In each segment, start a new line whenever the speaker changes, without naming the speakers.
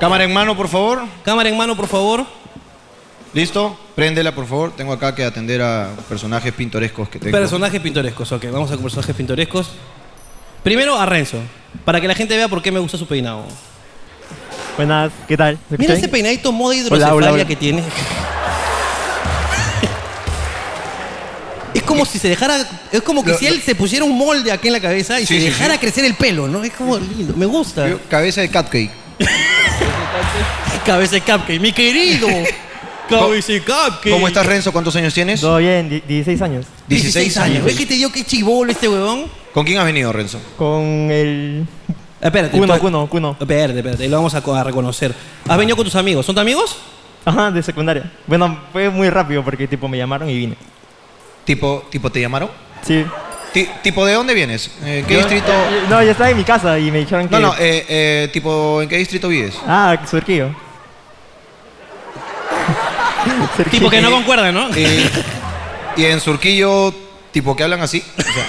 Cámara en mano, por favor.
Cámara en mano, por favor.
¿Listo? Préndela, por favor. Tengo acá que atender a personajes pintorescos que tengo.
Personajes pintorescos, ok. Vamos a con personajes pintorescos. Primero a Renzo, para que la gente vea por qué me gusta su peinado.
Buenas, ¿qué tal? ¿Me
Mira
escuchan?
ese peinadito moda hidrocefalia
Hola, hola, hola.
que tiene. es como si se dejara. Es como que
Lo-
si él se pusiera un molde aquí en la cabeza y
Sí,
se
sí,
dejara
sí.
crecer el pelo, ¿no? Es como lindo. Me gusta.
Yo, cabeza de cupcake.
Cabeza de cupcake, mi querido. Cabeza de cupcake.
¿Cómo estás, Renzo? ¿Cuántos años tienes?
Todo bien, di- 16 años.
16
¿Ves
años.
que te digo que chivolo este huevón?
¿Con quién has venido, Renzo?
Con el...
Eh, Espérate.
Cuno,
espérate.
cuno, cuno.
Espérate, espérate. Ahí lo vamos a, co- a reconocer. ¿Has venido con tus amigos? ¿Son tus amigos?
Ajá, de secundaria. Bueno, fue muy rápido porque tipo me llamaron y vine.
¿Tipo, tipo te llamaron?
Sí.
Ti- ¿Tipo de dónde vienes? Eh, ¿Qué
Yo-
distrito?
eh, No, yo estaba en mi casa y me dijeron que...
No, no, eh, eh, tipo, ¿en qué distrito vives?
Ah, Surquillo. Surquillo.
Tipo que no concuerdan, ¿no?
Eh, y en Surquillo, tipo, que hablan así? O sea,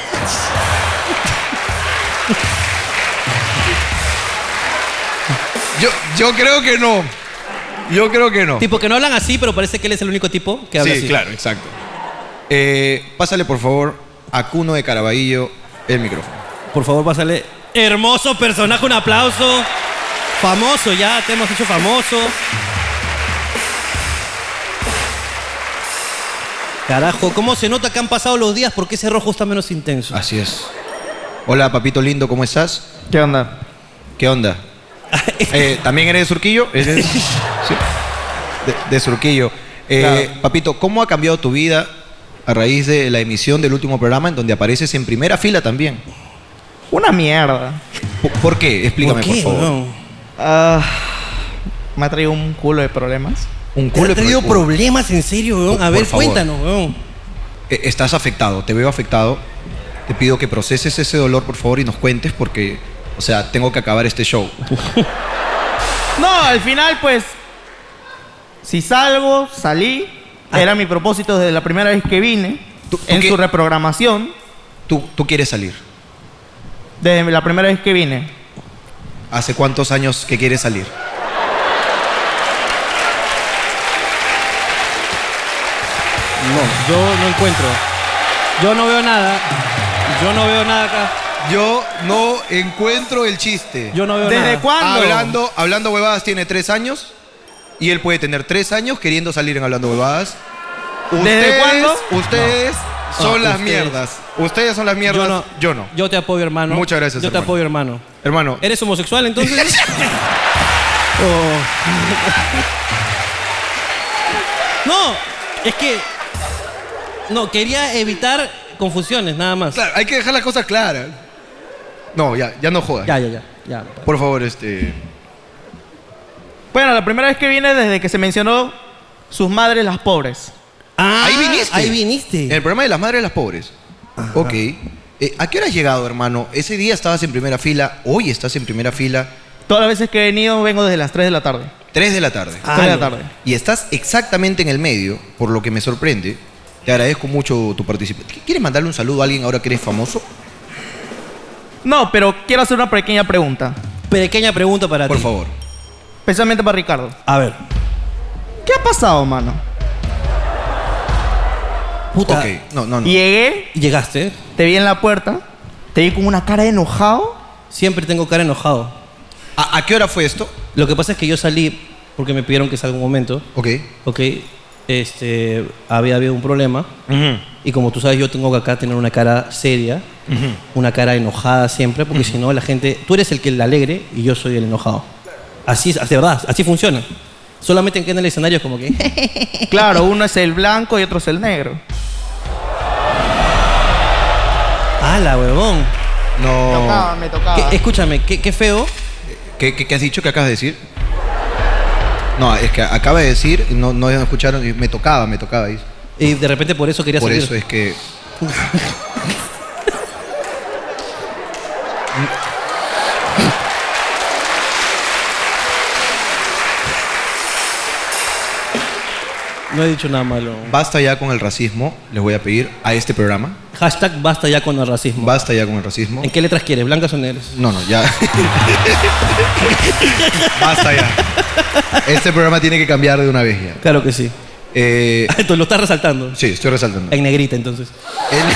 yo, yo creo que no. Yo creo que no.
Tipo que no hablan así, pero parece que él es el único tipo que habla
sí,
así.
claro, exacto. Eh, pásale, por favor, a Cuno de Caraballo el micrófono.
Por favor, pásale. Hermoso personaje, un aplauso. Famoso ya, te hemos hecho famoso. Carajo, ¿cómo se nota que han pasado los días? Porque ese rojo está menos intenso.
Así es. Hola, papito lindo, ¿cómo estás?
¿Qué onda?
¿Qué onda? Eh, ¿También eres de Surquillo? ¿Eres- sí. De, de Surquillo. Eh, Papito, ¿cómo ha cambiado tu vida a raíz de la emisión del último programa en donde apareces en primera fila también?
Una mierda.
¿Por, por qué? Explícame, por,
qué,
favor.
weón?
Ah, me ha traído un culo de problemas.
Un
¿Te
culo
ha traído
por el culo.
problemas en serio, weón? A
Por
ver,
favor.
cuéntanos, weón.
Eh, Estás afectado, te veo afectado. Te pido que proceses ese dolor, por favor, y nos cuentes porque, o sea, tengo que acabar este show.
No, al final, pues. Si salgo, salí. Era mi propósito desde la primera vez que vine.
¿Tú- tú
en
qué?
su reprogramación,
Tú, tú quieres salir.
desde la primera vez que vine.
¿Hace cuántos años que quieres salir?
No, yo no encuentro. Yo no veo nada. Yo no veo nada acá.
Yo no encuentro el chiste.
Yo no veo nada.
¿Desde cuándo?
Hablando, hablando huevadas tiene tres años y él puede tener tres años queriendo salir en hablando huevadas.
¿Desde
Ustedes-
cuándo?
Ustedes son
Ah,
las
ustedes.
mierdas. Ustedes son las mierdas.
Yo no.
Yo no.
Yo te apoyo, hermano.
Muchas gracias,
Yo
hermano.
te apoyo, hermano.
Hermano,
¿Eres homosexual entonces? Oh. no, es que. No, quería evitar confusiones, nada más.
claro, hay que dejar las cosas claras. No, ya, ya no jodas.
Ya, ya, ya. ya.
Por favor, este.
Bueno, la primera vez que vine desde que se mencionó sus madres las pobres.
Ah,
ahí viniste. Eh,
Ahí
En el
viniste.
programa de las madres de las pobres. Ok. Eh, ¿A qué hora has llegado, hermano? Ese día estabas en primera fila, hoy estás en primera fila,
Todas las veces que he venido vengo desde las 3 de la tarde.
3 de la tarde.
Ah,
3 de la
no.
tarde.
Y estás exactamente en el medio, por lo que me sorprende. Te agradezco mucho tu participación. ¿Quieres mandarle un saludo a alguien ahora que eres famoso?
No, pero quiero hacer una pequeña pregunta.
Pequeña pregunta para
Por
ti.
favor.
Especialmente para Ricardo.
A ver.
¿Qué ha pasado, mano?
Puta.
Ok, no, no, no.
Llegué,
Llegaste.
te vi en la puerta, te vi con una cara de enojado.
Siempre tengo cara enojado.
¿A, a qué hora fue esto?
Lo que pasa es que yo salí porque me pidieron que salga un momento.
Ok.
Ok. Este. Había habido un problema. Y como tú sabes, yo tengo que acá tener una cara seria, una cara enojada siempre, porque si no, la gente. Tú eres el que el alegre y yo soy el enojado. Así es, de verdad, así funciona. Solamente que en el escenario es como que.
Claro, uno es el blanco y otro es el negro.
¡Hala, huevón!
No.
me
¿Qué-
tocaba.
escúchame, qué, qué feo.
¿Qué, qué, qué has dicho? ¿Qué acabas de decir? No, es que acaba de decir, no, no escucharon, y me tocaba, me tocaba. dice.
Y de repente por eso quería
Por
salir.
eso es que.
No he dicho nada malo.
Basta ya con el racismo, les voy a pedir a este programa.
Hashtag basta ya con el racismo.
Basta ya con el racismo.
¿En qué letras quieres? ¿Blancas o negras?
No, no, ya. Basta ya. Este programa tiene que cambiar de una vez ya.
Claro que sí.
Eh,
Entonces lo estás resaltando.
sí, estoy resaltando.
En negrita, entonces.
El-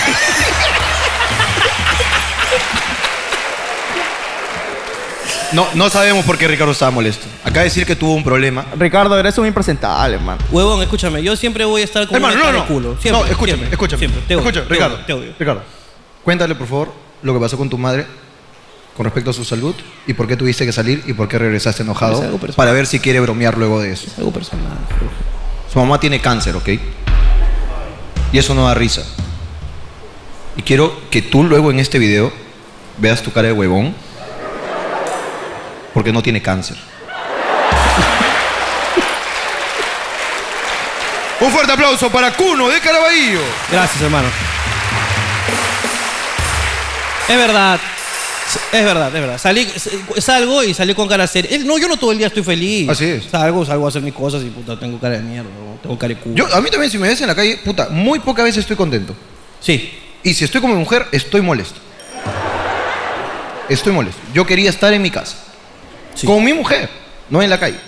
No, no sabemos por qué Ricardo estaba molesto. Acaba de decir que tuvo un problema.
Ricardo, eres un impresentable, hermano.
Huevón, escúchame, yo siempre voy a estar con
Hermano,
una
no,
cara
no.
de culo. Siempre,
no, escúchame,
siempre,
escúchame.
siempre. Te odio,
escúchame,
te
Ricardo.
odio, te odio.
Ricardo, cuéntale por favor lo que pasó con tu madre con respecto a su salud y por qué tuviste que salir y por qué regresaste enojado
Es algo personal.
para ver si quiere bromear luego de eso.
Es algo personal.
Su mamá tiene cáncer, ¿ok? Y eso no da risa. Y quiero que tú luego en este video veas tu cara de huevón porque no tiene cáncer. Un fuerte aplauso para Cuno de Caraballo.
Gracias, hermano. Es verdad. Es verdad, es verdad. Salí, salgo y salí con cara seria. Eh, No, yo no todo el día estoy feliz.
Así es.
Salgo, salgo a hacer mis cosas y puta, tengo cara de mierda. huevón. Tengo cara de culo.
Yo, ah. a mí también si me ves en la calle, puta, muy pocas veces estoy contento.
Sí.
Y si estoy con mi mujer, estoy molesto. Estoy molesto. Yo quería estar en mi casa.
Sí.
Con mi mujer, no en la calle.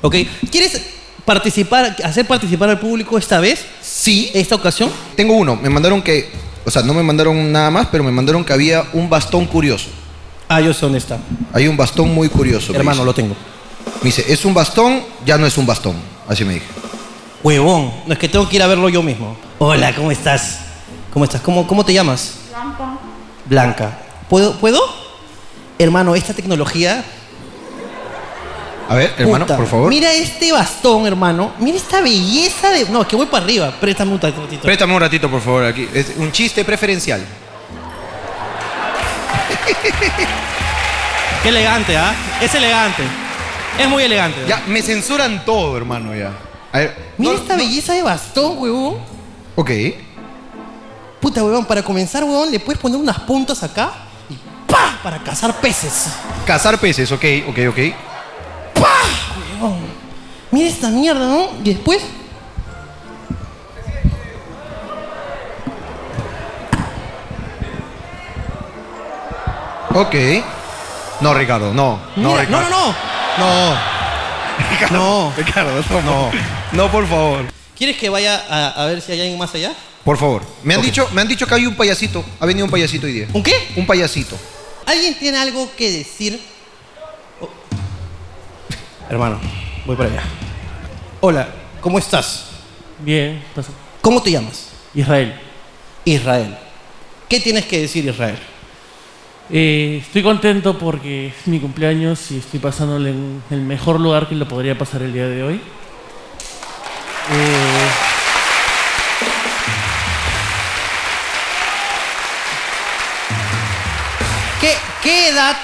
Ok. ¿Quieres participar, hacer participar al público esta vez?
Sí,
¿Esta ocasión?
Tengo uno, me mandaron que, o sea, no me mandaron nada más, pero me mandaron que había un bastón curioso.
Ah, yo sé dónde está.
Hay un bastón muy curioso. me
Hermano,
dice.
lo tengo.
Me dice, es un bastón, ya no es un bastón. Así me dije.
Huevón, no es que tengo que ir a verlo yo mismo. Hola, ¿cómo estás? ¿Cómo estás? ¿Cómo, cómo te llamas? Blanca. Blanca. ¿Puedo? ¿Puedo? Hermano, esta tecnología.
A ver, hermano,
puta.
por favor.
Mira este bastón, hermano. Mira esta belleza de. No, es que voy para arriba. Préstame un ratito.
Préstame un ratito, por favor, aquí. Es un chiste preferencial.
Qué elegante, ¿ah? Es elegante. Es muy elegante.
Ya, me censuran todo, hermano, ya. A ver.
Mira
no-
esta belleza de bastón, huevón.
Ok.
Puta, huevón, para comenzar, huevón, le puedes poner unas puntas acá y ¡pa! Para cazar peces.
Cazar peces, ok, ok, ok.
Mira esta mierda, ¿no? Y después.
Ok. No, Ricardo, no. No,
Mira, no,
Ricardo.
no, no.
No. Ricardo,
No.
Ricardo, no. No, por favor.
¿Quieres que vaya a, a ver si hay alguien más allá?
Por favor. Me han, dicho, me han dicho que hay un payasito. Ha venido un payasito hoy día.
¿Un qué?
Un payasito.
¿Alguien tiene algo que decir? Oh. Hermano, voy para allá. Hola, ¿cómo estás?
Bien, pasa.
¿Cómo te llamas?
Israel.
Israel. ¿Qué tienes que decir, Israel?
Eh, estoy contento porque es mi cumpleaños y estoy pasándole en el mejor lugar que lo podría pasar el día de hoy. Eh,
¿Qué, qué edad,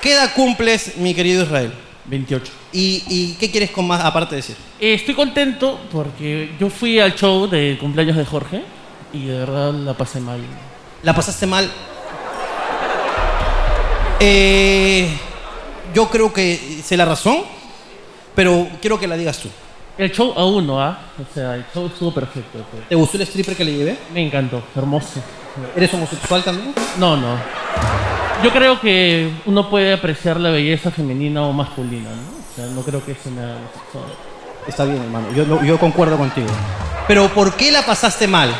qué edad cumples, mi querido Israel?
28.
¿Y, y qué quieres con más aparte decir?
Eh, estoy contento porque yo fui al show de cumpleaños de Jorge y de verdad la pasé mal.
¿La pasaste mal? Eh, yo creo que sé la razón, pero quiero que la digas tú.
El show aún no, ¿ah? O sea, el show estuvo perfecto. pero
¿Te gustó el stripper que le llevé?
Me encantó, hermoso.
¿Eres homosexual también?
No, no. Yo creo que uno puede apreciar la belleza femenina o masculina, ¿no? O sea, no creo que eso me haga homosexual.
Está bien, hermano. Yo, lo- yo concuerdo contigo. Pero ¿por qué la pasaste mal?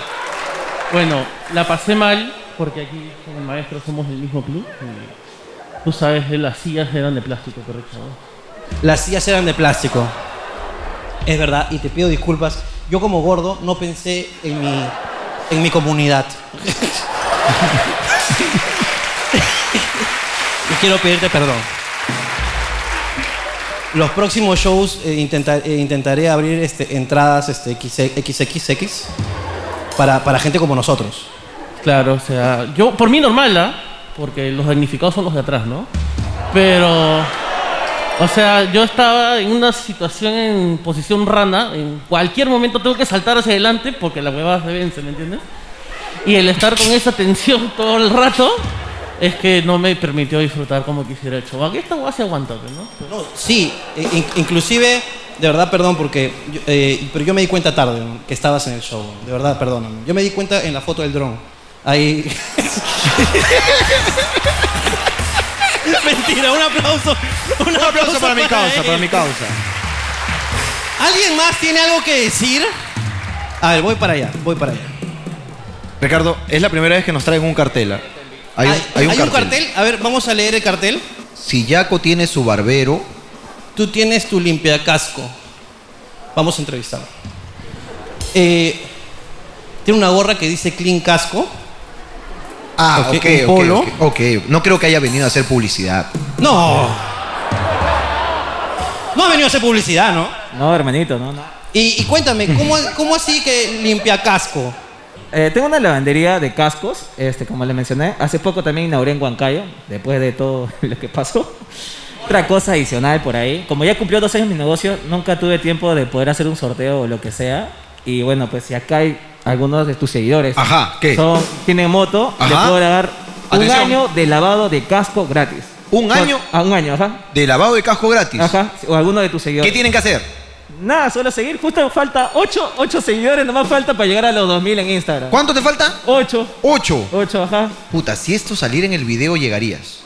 Bueno, la pasé mal porque aquí con el maestro somos del mismo club. y tú sabes, eh, las sillas eran de plástico, correcto. ¿no?
Las sillas eran de plástico. Es verdad, y te pido disculpas. Yo como gordo no pensé en mi, en mi comunidad. y quiero pedirte perdón. Los próximos shows eh, intenta- eh, intentaré abrir este, entradas este, XXX para, para gente como nosotros.
Claro, o sea, yo por mí normal, ¿ah? Porque los damnificados son los de atrás, ¿no? Pero, o sea, yo estaba en una situación en posición rana. En cualquier momento tengo que saltar hacia adelante porque la huevada se vence, ¿me entiendes? Y el estar con esa tensión todo el rato es que no me permitió disfrutar como quisiera el show. Aquí esta hueá se aguanta, pues, ¿no?
No, sí, e- in- inclusive, de verdad, perdón, porque yo- eh, pero yo me di cuenta tarde ¿no? que estabas en el show. De verdad, perdóname. Yo me di cuenta en la foto del dron. Ahí. Mentira, un aplauso. Un,
Un aplauso para mi causa,
él.
para mi causa.
¿Alguien más tiene algo que decir? A ver, voy para allá, voy para allá.
Ricardo, es la primera vez que nos traen un cartel. ¿ah? Hay,
Ay,
hay un, cartel.
A ver, vamos a leer el cartel.
Si Yaco tiene su barbero,
Tú tienes tu limpiacasco. Vamos a entrevistarlo. Eh, tiene una gorra que dice Clean Casco.
Ah,
Ok,
ok,
un
ok,
polo.
ok, ok. No creo que haya venido a hacer publicidad.
No. No ha venido a hacer publicidad, ¿no?
No, hermanito, no, no.
Y, y cuéntame, ¿cómo, ¿cómo así que limpiacasco?
Eh, tengo una lavandería de cascos, este, como le mencioné. Hace poco también inauguré en Huancayo, después de todo lo que pasó. Otra cosa adicional por ahí. Como ya cumplió dos años mi negocio, nunca tuve tiempo de poder hacer un sorteo o lo que sea. Y bueno, pues si acá hay algunos de tus seguidores.
Ajá, ¿qué?
Son, tienen moto, le
Ajá.
puedo dar un
Atención.
año de lavado de casco gratis.
¿Un
Por-
año?
Ah, un año, ajá.
De lavado de casco gratis.
Ajá, o alguno de tus seguidores.
¿Qué tienen que hacer?
Nada, solo seguir. Justo falta 8, 8 seguidores, nomás falta para llegar a los 2000 en Instagram.
¿Cuánto te falta?
8,
Ocho.
8, ajá.
Puta, si esto saliera en el video llegarías.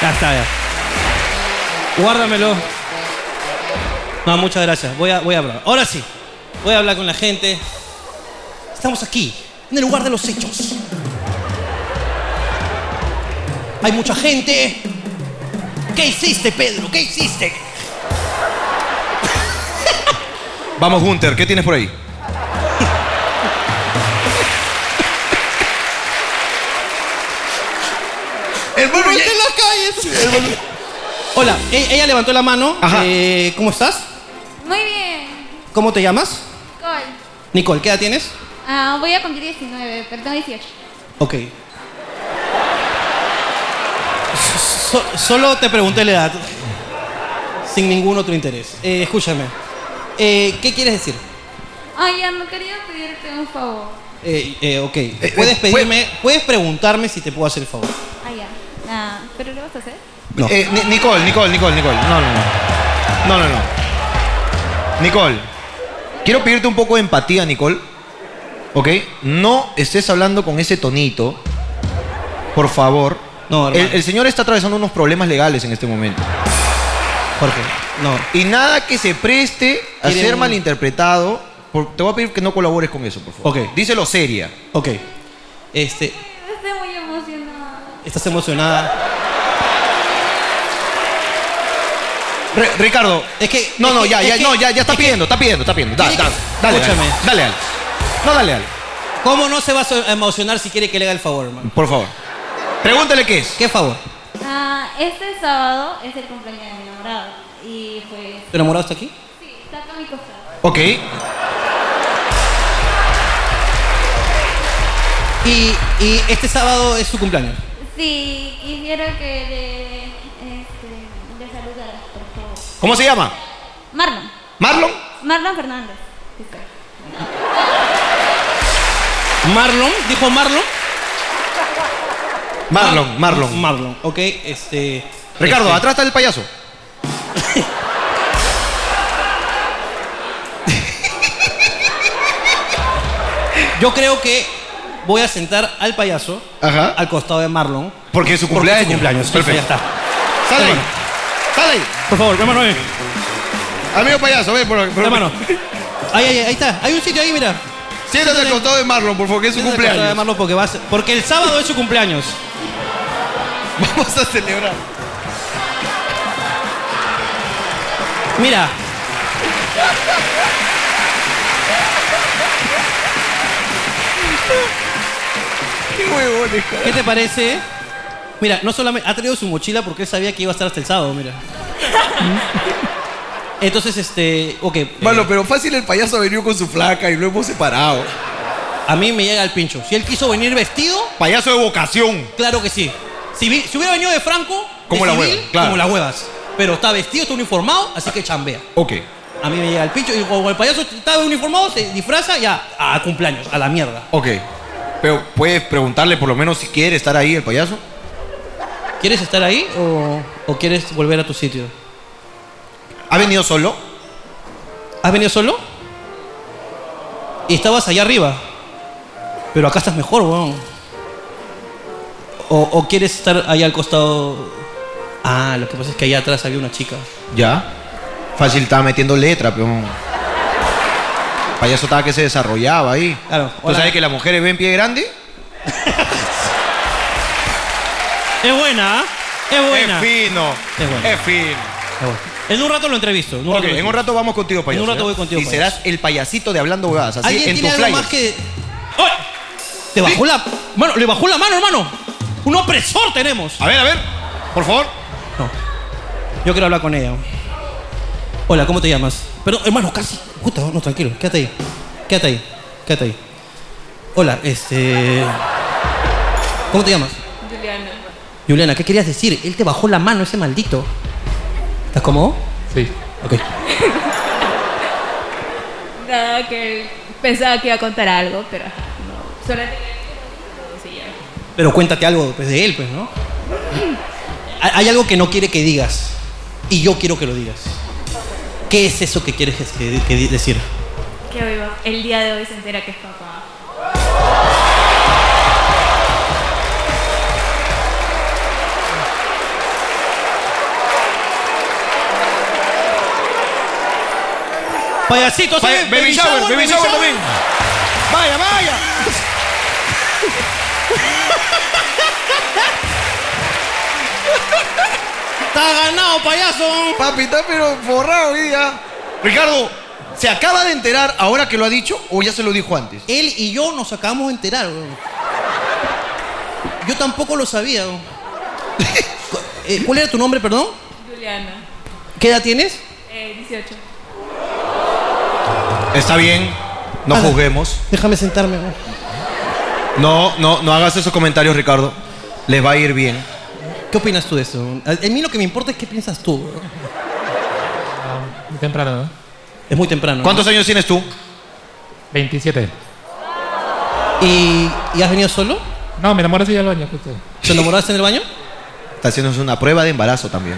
Ya está, ya. Guárdamelo. No, muchas gracias. Voy a, voy a hablar. Ahora sí, voy a hablar con la gente. Estamos aquí, en el lugar de los hechos. Hay mucha gente. ¿Qué hiciste, Pedro? ¿Qué hiciste?
Vamos, Gunter, ¿qué tienes por ahí? Hermano,
¡Vete en las calles! Hola, e- ella levantó la mano.
Ajá.
Eh, ¿Cómo estás?
Muy bien,
¿Cómo te llamas?
Col.
Nicole, ¿qué edad tienes?
Ah, voy a cumplir 19, perdón, 18.
Ok. So- solo te pregunté la edad. Sin ningún otro interés. Eh, escúchame. Eh, ¿Qué quieres decir?
Ay, ya no quería pedirte un favor.
Eh, eh, ok. Puedes
eh,
pedirme, puedes preguntarme si te puedo hacer el favor.
Ah, ya. Ah, ¿Pero lo vas a hacer?
No.
Eh, Ni- Nicole, Nicole, Nicole, Nicole. No, no, no. No, no, no. Nicole, quiero pedirte un poco de empatía, Nicole. ¿Ok? No estés hablando con ese tonito. Por favor.
No, hermano.
el, el señor está atravesando unos problemas legales en este momento.
Jorge, no.
Y nada que se preste a
Miren.
ser malinterpretado. Por- te voy a pedir que no colabores con eso, por favor.
Ok.
Díselo seria.
Ok. Este,
Ay, Estoy muy emocionada.
estás emocionada.
Re- Ricardo.
Es que.
No,
Eh, es
no,
que-
ya,
es
ya,
que-
no, ya, ya está
es que-
pidiendo, está pidiendo, está pidiendo. Da-
Tiene
da-
que-
dale, dale,
Escúchame.
dale, dale. No, dale, dale.
¿Cómo no se va a so- emocionar si quiere que le haga el favor, hermano?
Por favor. Pregúntale qué es.
¿Qué favor?
Ah, este sábado es el cumpleaños de mi enamorado. Y pues,
¿Tu enamorado está aquí?
sí, está acá a mi costado.
Ok.
Y, y este sábado es su cumpleaños.
Sí, quisiera que le, este, le saludaras, por favor.
¿Cómo se llama?
Marlon.
¿Marlon?
Marlon Fernández. Disculpa.
Marlon, dijo Marlon.
Marlon, Marlon.
Ah, Marlon, ok, este.
Ricardo,
este,
atrás está el payaso.
Yo creo que voy a sentar al payaso
Ajá.
al costado de Marlon.
Porque es su
porque
cumpleaños.
es su cumpleaños.
Perfecto.
Listo, Ya está.
Sale. ahí.
Hermano.
Sale. ahí.
Por favor, hermano, ven.
Amigo payaso, ven por por-
Hermano. Ahí, ahí, ahí está. Hay un sitio ahí, mira.
Siéntate al costado de Marlon, por favor, que es su
Siéntate al costado de
cumpleaños.
Marlon porque, va a ser- porque el sábado es su cumpleaños.
Vamos a celebrar.
Mira.
Qué huevones, cara.
¿Qué te parece? Mira, no solamente ha traído su mochila porque él sabía que iba a estar hasta el sábado, mira. Entonces, este, ok. eh,
Marlon, pero fácil el payaso ha venido con su flaca y lo hemos separado.
eh, a mí me llega el pincho. Si él quiso venir vestido,
Payaso de vocación.
claro que sí. Si, vi- si hubiera venido de Franco, de
Como la hueva, claro.
como las huevas. Pero está vestido, está uniformado, así que chambea.
Ok.
A mí me llega el pincho y como el payaso está uniformado, se disfraza ya a cumpleaños, a la mierda.
Ok. Pero puedes preguntarle por lo menos si quiere estar ahí el payaso.
¿Quieres estar ahí o, o quieres volver a tu sitio?
¿Ha venido solo?
¿Has venido solo? Y estabas allá arriba. Pero acá estás mejor, weón. O, o quieres estar allá al costado. Ah, lo que pasa es que allá atrás había una chica.
Ya. Fácil estaba metiendo letra, peón. Payaso estaba que se desarrollaba ahí.
Claro,
¿Tú
hola.
sabes que las mujeres ven pie grande?
Es buena, ¿ah? Es buena.
Es fino.
Es buena.
Es fino.
Es buena. En un rato lo entrevisto. En
Ok,
un rato lo
en un
entrevisto.
rato vamos contigo, payaso.
En un rato
¿ya?
voy contigo,
Y
payaso.
serás el payasito de hablando huevadas, así
¿Alguien
en tu
tiene algo
flyer.
más que.? ¡Ay! Te bajó la. Mano, le bajó la mano, hermano. Un opresor tenemos.
A ver, a ver. Por favor.
No. Yo quiero hablar con ella. Hola, ¿cómo te llamas? Perdón, hermano, casi. Puta, no, tranquilo. Quédate ahí. Quédate ahí. Quédate ahí. Hola, este. ¿Cómo te llamas?
Juliana.
Juliana, ¿qué querías decir? Él te bajó la mano, ese maldito. ¿Estás cómodo?
Sí.
Ok.
Nada, que él pensaba que iba a contar algo, pero ajá, no. Solo tenía sí, ya.
Pero cuéntate algo pues, de él, pues, ¿no? Hay hay algo que no quiere que digas. Y yo quiero que lo digas. ¿Qué es eso que quieres que- que di- decir?
Que hoy va- el día de hoy se entera que es papá.
Payasito,
Vaya,
¿sabes?
baby shower, baby shower también. Vaya, vaya.
Está ganado, payaso.
Papi, está pero forrado hoy día. Ricardo, ¿se acaba de enterar ahora que lo ha dicho o ya se lo dijo antes?
Él y yo nos acabamos de enterar, weón. Yo tampoco lo sabía, weón. Cu- eh, ¿Cuál era tu nombre, perdón?
Juliana,
¿Qué edad tienes?
eh, 18.
Está bien. No
Ah, no.
juzguemos.
Déjame sentarme, weón.
No, no, no hagas esos comentarios, Ricardo. Les va a ir bien.
¿Qué opinas tú de eso? weón? A a mí lo que me importa es qué piensas tú, weón.
Ah, Muy temprano, ¿no?
Es muy temprano. ¿no?
¿Cuántos años tienes tú?
27.
¿Y, y has venido solo?
No, me enamoré así al baño, justo.
¿Te enamoraste en el baño?
Está haciéndose una prueba de embarazo también.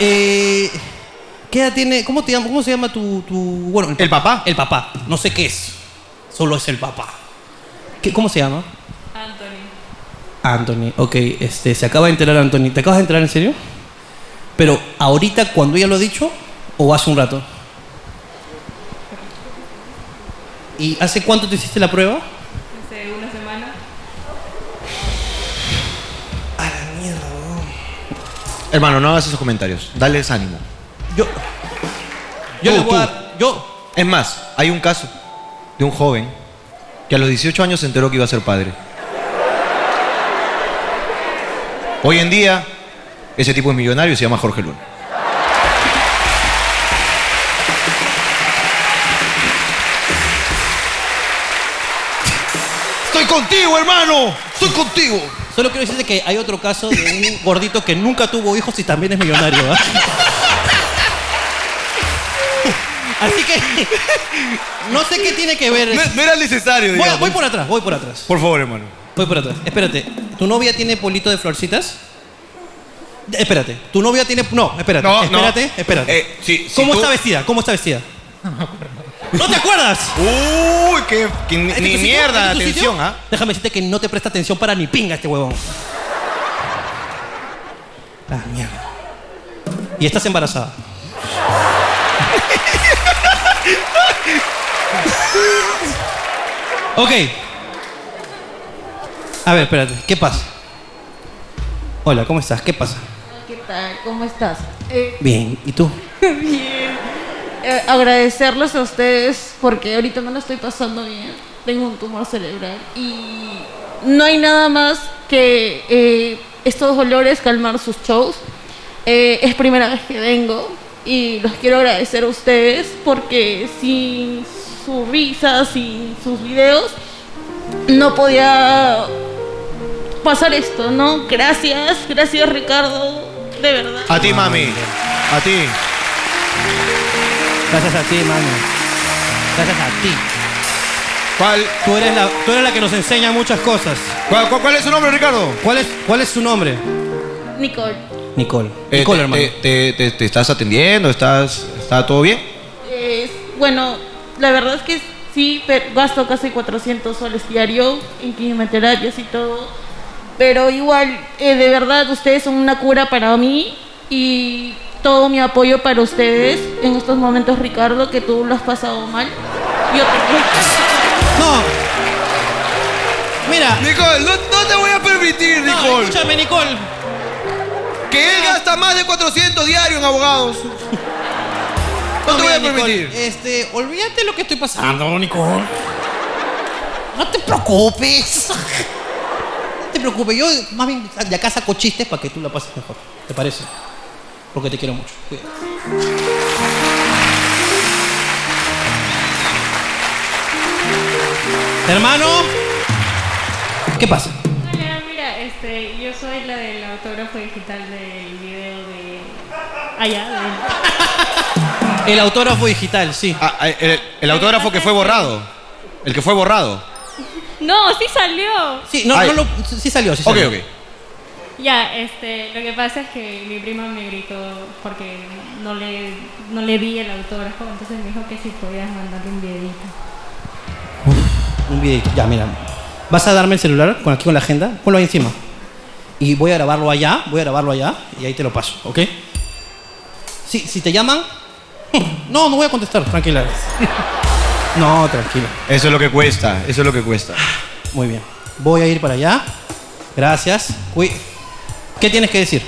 Eh, ¿Qué edad tiene? ¿Cómo, te llama, cómo se llama tu, tu... Bueno,
¿El papá?
El papá. No sé qué es. Solo es el papá. ¿Qué- ¿Cómo se llama?
Anthony.
Anthony, ok, este, se acaba de enterar Anthony. ¿Te acabas de enterar en serio? Pero ahorita, cuando ella lo ha dicho, o hace un rato. ¿Y hace cuánto te hiciste la prueba?
Hace una semana.
Hermano, no hagas esos comentarios. Dales ánimo.
Yo. Yo
Tú,
le voy a
tú.
dar- Yo.
Es más, hay un caso de un joven que a los 18 años se enteró que iba a ser padre. Hoy en día, ese tipo es millonario y se llama Jorge Luna. ¡Estoy contigo, hermano! ¡Estoy contigo!
Solo quiero decirte que hay otro caso de un gordito que nunca tuvo hijos y también es millonario, ¿ah? Así que. No sé qué tiene que ver.
No, no era necesario,
Voy,
digamos.
voy por atrás, voy por atrás.
Por favor, hermano.
Voy por atrás. Espérate. ¿Tu novia tiene polito de florcitas? De- Espérate. ¿Tu novia tiene.? No, espérate.
No, no.
espérate, espérate.
Eh, sí, sí,
¿Cómo
tú-
está vestida? ¿Cómo está vestida? ¡No te acuerdas!
¡Uy, qué, qué ni,
¿Este
ni
tu sitio?
mierda!
¿Este tu sitio?
Atención, ¿ah?
Déjame decirte que no te presta atención para ni pinga este huevón. Ah, mierda. Y estás embarazada. ok. A ver, espérate. ¿Qué pasa? Hola, ¿cómo estás? ¿Qué pasa?
¿Qué tal? ¿Cómo estás? Eh,
Bien, ¿y tú?
bien. Eh, agradecerles a ustedes porque ahorita no lo estoy pasando bien. Tengo un tumor cerebral y no hay nada más que eh, estos dolores calmar sus shows. Eh, es primera vez que vengo y los quiero agradecer a ustedes porque sin sus risas, sin sus videos, no podía pasar esto, ¿no? Gracias, gracias Ricardo, de verdad.
A ti, mami. A ti.
Gracias a ti, mami. Gracias a ti.
¿Cuál,
Tú eres la, tú eres la que nos enseña muchas cosas.
cuál, cuál- cuál es su nombre, Ricardo?
¿Cuál es, cuál es su nombre?
Nicole.
Nicole.
Eh,
Nicole,
te-
hermano.
te, te- te- te estás atendiendo? ¿Estás, ¿Está todo bien?
Es- bueno, la verdad es que sí, pero gasto casi 400 soles diario en quimioterapias y todo. Pero igual, eh, de verdad, ustedes son una cura para mí y todo mi apoyo para ustedes en estos momentos, Ricardo, que tú lo has pasado mal. Yo también.
No. Mira.
Nicole, no, no te voy a permitir,
no, escúchame, Nicole.
que él gasta más de 400 diarios en abogados. No te voy
mira,
a permitir.
Nicole, este, olvídate lo que estoy pasando, Nicole. No te preocupes. No te preocupes. Yo más bien de acá saco chistes para que tú la pases mejor. ¿Te parece? Porque te quiero mucho. Cuídate. Hermano, ¿qué pasa?
Hola, mira, este, yo soy la del autógrafo digital del video de... Allá, del...
El autógrafo digital, sí.
Ah, ah, el, el autógrafo que fue borrado. El que fue borrado.
No, sí salió.
Sí, no,
Ay.
no lo, sí salió, sí
Ok,
salió.
ok.
Ya, este, lo que pasa es que mi prima me gritó porque no le, no le di el autógrafo, entonces me dijo que si podías mandarle un videito.
un videito. Ya, mira. Vas a darme el celular con aquí con la agenda, ponlo ahí encima. Y voy a grabarlo allá, voy a grabarlo allá y ahí te lo paso, ¿ok? Si, si te llaman, no, no voy a contestar, tranquila. No, tranquila.
Eso es lo que cuesta, eso es lo que cuesta.
Muy bien. Voy a ir para allá. Gracias. Cui- ¿Qué tienes que decir?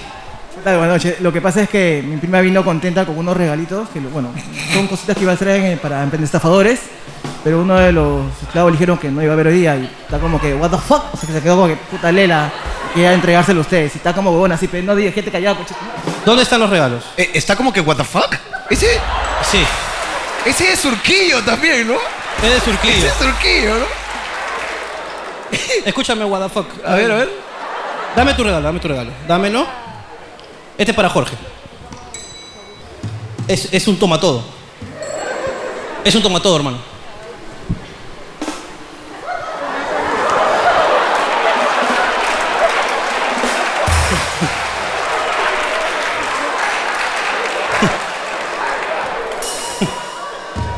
¿Qué tal? Buenas noches. Lo que pasa es que mi prima vino contenta con unos regalitos, que lo- bueno, son cositas que iba a hacer en- para emprendestafadores, pero uno de los esclavos le dijeron que no iba a haber hoy día y está como que, what the fuck, o sea que se quedó como que, puta lela, quería entregárselo a ustedes y está como huevón así, pero no digas, gente callada, coche.
¿Dónde están los regalos?
Eh, está como que, ¿what the fuck? Ese,
Sí,
ese es Surquillo también, ¿no?
es de
Ese
Surquillo.
es Surquillo, ¿no?
Escúchame, what the fuck.
A ver, a ver.
Dame tu regalo, dame tu regalo. Dámelo. Este es para Jorge. Es, es un tomatodo. Es un tomatodo, hermano.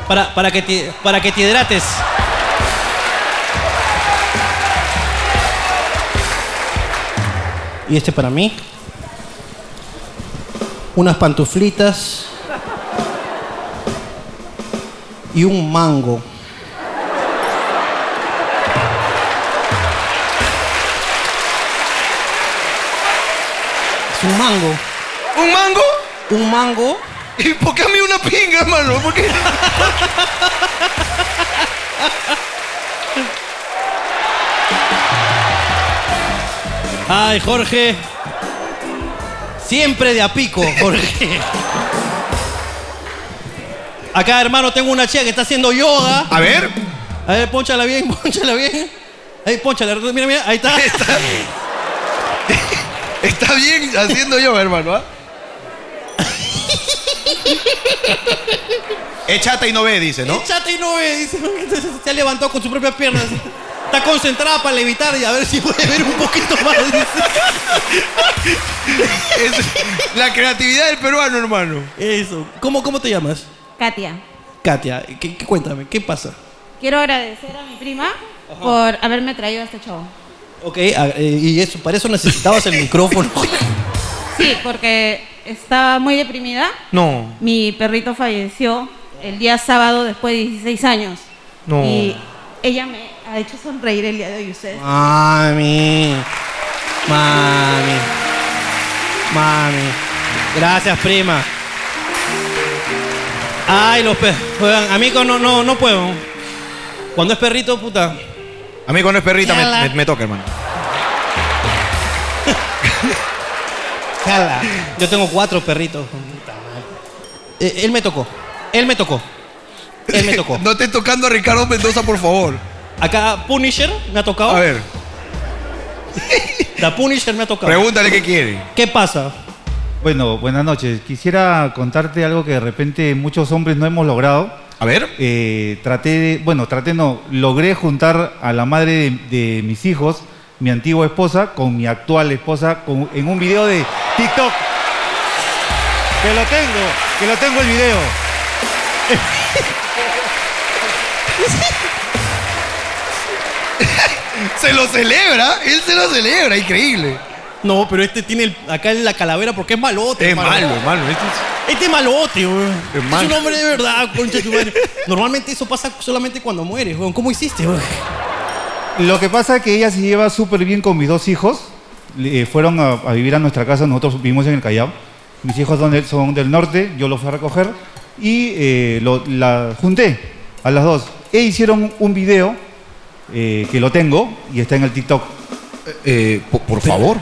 Para, para, que te, para que te hidrates. Y este para mí. Unas pantuflitas. Y un mango. Es un mango.
¿Un mango?
Un mango.
¿Y por qué a mí una pinga, hermano? ¿Por qué?
Ay, Jorge. Siempre de a pico, Jorge. Acá, hermano, tengo una chica que está haciendo yoga.
A ver.
A ver, ponchala bien, ponchala bien. Ahí, ponchala. Mira, mira, ahí está.
Está, está bien haciendo yo, hermano, ¿ah? Es chata y no ve, dice, ¿no?
Échate y no ve. dice. Entonces, Se ha levantado con sus propias piernas. Está concentrada para levitar y a ver si puede ver un poquito más.
Es la creatividad del peruano, hermano.
Eso. ¿Cómo, cómo te llamas?
Katia,
Katia, ¿qué, qué- cuéntame, ¿qué pasa?
quiero agradecer a mi prima por haberme traído a este show.
Ok, a- eh, y eso, para eso necesitabas el micrófono.
Sí, porque estaba muy deprimida.
No.
Mi perrito falleció el día sábado después de 16 años.
No.
Y ella me ha hecho sonreír el día de hoy. Ustedes
Mami. Mami. Mami. Gracias, prima. Ay, los perros. A mí con- no, no, no puedo. Cuando es perrito, puta.
A mí cuando es perrita
Chala.
me, me- me toca, hermano.
Jala. Yo tengo cuatro perritos. Eh, él me tocó. Él me tocó. Él me tocó.
No estés tocando a Ricardo Mendoza, por favor.
Acá Punisher me ha tocado.
A ver,
La Punisher me ha tocado.
pregúntale qué quiere.
¿Qué pasa?
Bueno, buenas noches. Quisiera contarte algo que de repente muchos hombres no hemos logrado.
A ver.
Eh, traté, de- bueno, traté no, logré juntar a la madre de, de mis hijos, mi antigua esposa, con mi actual esposa, con- en un video de TikTok.
Que lo tengo, que lo tengo el video.
se lo celebra, él se lo celebra, increíble.
No, pero este tiene el- acá en la calavera porque es malote.
Es
hermano.
malo, es malo. Este
Este es malote, weón.
Es
Es,
malo.
un hombre de verdad, concha de tu madre. Normalmente eso pasa solamente cuando mueres, weón. ¿Cómo hiciste, weón?
Lo que pasa es que ella se lleva súper bien con mis dos hijos. Le- eh, fueron a, a vivir a nuestra casa, nosotros vivimos en el Callao. Mis hijos son del, son del norte, yo los fui a recoger y eh, lo- la junté a las dos. E hicieron un video eh, que lo tengo y está en el TikTok.
eh, por, favor.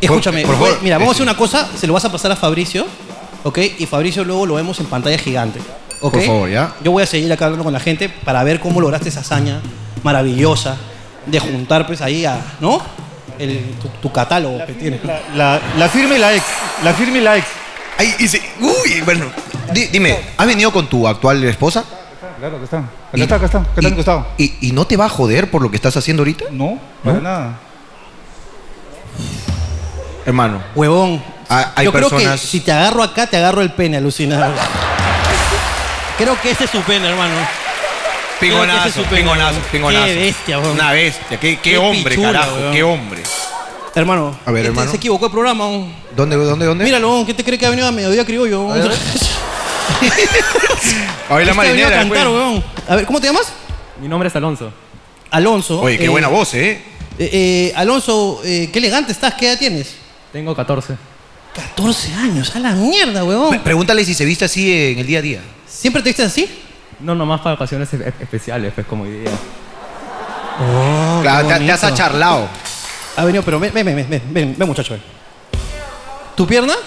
Escúchame,
por favor.
güey, mira, vamos a hacer una cosa, se lo vas a pasar a Fabricio, ¿ok? Y Fabricio luego lo vemos en pantalla gigante, ¿ok?
Por favor, ya.
Yo voy a seguir acá hablando con la gente para ver cómo lograste esa hazaña maravillosa de juntar, pues, ahí a, ¿no? El- tu, tu catálogo que tienes.
La, la firma y la ex. La firma y la ex.
Ahí dice, uy, bueno. Di- dime, ¿has venido con tu actual esposa?
Claro que está. Acá está, acá está. Acá está en el costado.
¿Y, y no te va a joder por lo que estás haciendo ahorita?
No, para nada.
Hermano.
Huevón.
Ah, hay
Yo creo que
personas-
si te agarro acá, te agarro el pene, alucinado. creo que ese es su pene, hermano. Creo que ese
Pingonazo,
es su pene,
pingonazo,
hermano.
pingonazo.
Qué bestia, weón.
Una bestia, qué, qué
Qué
hombre,
pichula,
carajo,
weón.
qué hombre.
Hermano,
A ver,
este
hermano.
se equivocó el programa, weón.
¿Dónde, dónde, dónde?
Míralo, weón, ¿qué te cree que ha venido a mediodía criollo? weón?
a ver la
Es que ha venido
marinera.
este a cantar,
pues.
weón. A ver, ¿cómo te llamas?
Mi nombre es Alonso.
Alonso.
Oye, qué
eh,
buena voz, ¿eh?
eh, eh, Alonso, eh, qué elegante estás, ¿qué edad tienes?
Tengo 14.
14 años, a la mierda, weón.
Pregúntale si se viste así en el día a día.
¿Siempre te viste así?
No, nomás para ocasiones e- especiales, pues como hoy día.
Claro, te, te has acharlado.
Oh, Ha venido, pero ven, ven, ven, ven, ven, ven, muchacho. ven. ¿Tu pierna?
No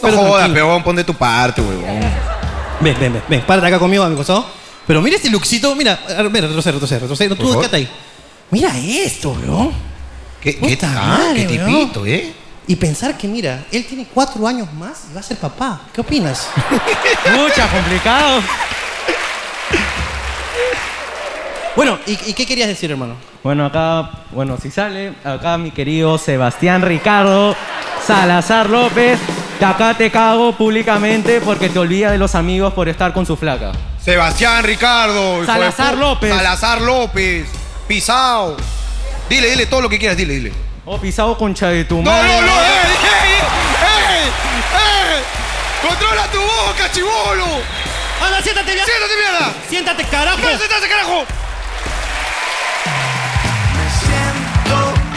Pero
jodas,
tranquilo.
peón, pon de tu parte, weón.
Ven, ven, ven, ven, párate acá conmigo a mi costado. Pero mira este luxito, mira, a ver, retrocede, retrocede, retrocede. No,
Por
tú
favor.
quédate ahí. Mira esto, weón.
¿Qué, qué,
Puta
ah,
madre,
qué
weón.
tipito, ¿eh?
Y pensar que, mira, él tiene cuatro años más y va a ser papá. ¿Qué opinas?
Mucha, complicado.
bueno, ¿y, y qué querías decir, hermano?
Bueno, acá, bueno, si sale, acá mi querido Sebastián Ricardo Salazar López, de acá te cago públicamente porque te olvidas de los amigos por estar con su flaca.
Sebastián Ricardo. hijo de
Salazar
pu-
López.
Salazar López. Pisao. Dile, dile todo lo que quieras, dile, dile.
Oh, pisado concha de tu
No,
madre.
no, eh. no, ey, ey, ey, ey. eh, Controla tu boca, chivolo.
¡Anda, siéntate ya!
Siéntate, mierda.
¡Siéntate, carajo!
No, siéntate, carajo.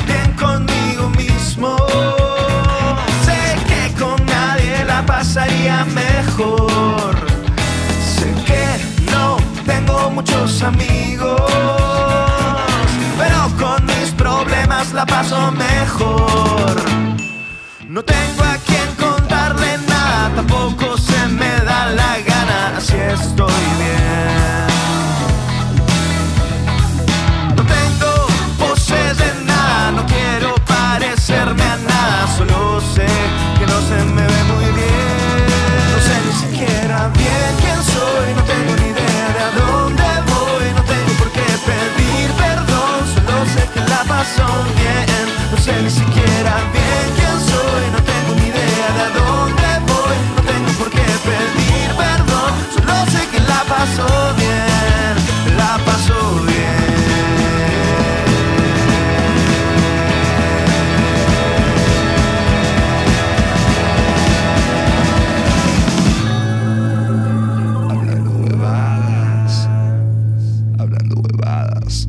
Me siento bien conmigo mismo. Sé que con nadie la pasaría mejor. Sé que no tengo muchos amigos. Pero con mis problemas la paso mejor. No tengo a quien contarle nada, tampoco se me da la gana, así estoy bien. No tengo poses de nada, no quiero parecerme a nada, solo sé que no se me ve muy bien. No sé ni siquiera bien quién soy, no tengo ni idea de a dónde voy, no tengo por qué pedir perdón, solo sé que la paso bien. No sé ni siquiera bien quién soy, no tengo ni idea de a dónde voy, no tengo por qué pedir perdón, solo sé que la paso bien, la paso bien. Hablando huevadas, hablando huevadas.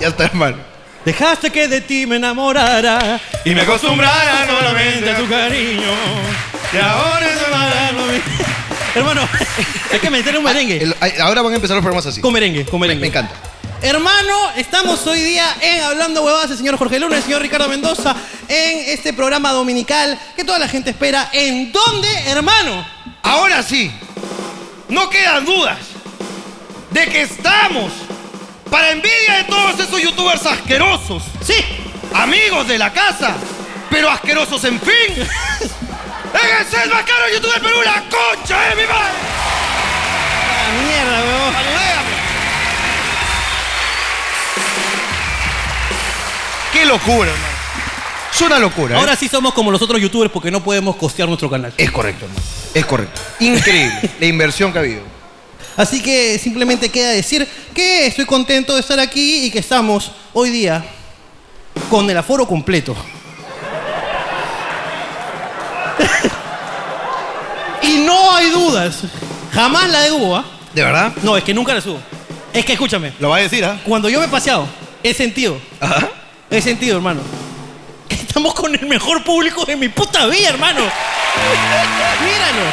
Ya está, hermano.
Dejaste que de ti me enamorara
Y me acostumbrara nuevamente a tu
cariño.
Y ahora es una-
Hermano, hay que meter un merengue.
ahora van a empezar los programas así.
Con merengue, con merengue.
Me, encanta.
Hermano, estamos hoy día en Hablando Huevadas, el señor Jorge Luna, el señor Ricardo Mendoza, en este programa dominical que toda la gente espera. ¿En dónde, hermano?
Ahora sí, no quedan dudas de que estamos para envidia de todos esos youtubers asquerosos. Sí, amigos de la casa, pero asquerosos en fin. ¡Es el más caro youtuber Perú, la concha de mi madre!
¡La mierda, weón!
¡Qué locura, hermano! Es una locura. ¿eh?
Ahora sí somos como los otros youtubers porque no podemos costear nuestro canal.
Es correcto, hermano. Es correcto. Increíble la inversión que ha habido.
Así que simplemente queda decir que estoy contento de estar aquí y que estamos hoy día con el aforo completo. y no hay dudas. Jamás la debo, ¿ah?
¿De verdad?
No, es que nunca la subo. Es que escúchame.
Lo va a decir, ¿ah?
Cuando yo me he paseado, he sentido. He sentido, hermano. que Estamos con el mejor público de mi puta vida, hermano. Míralo.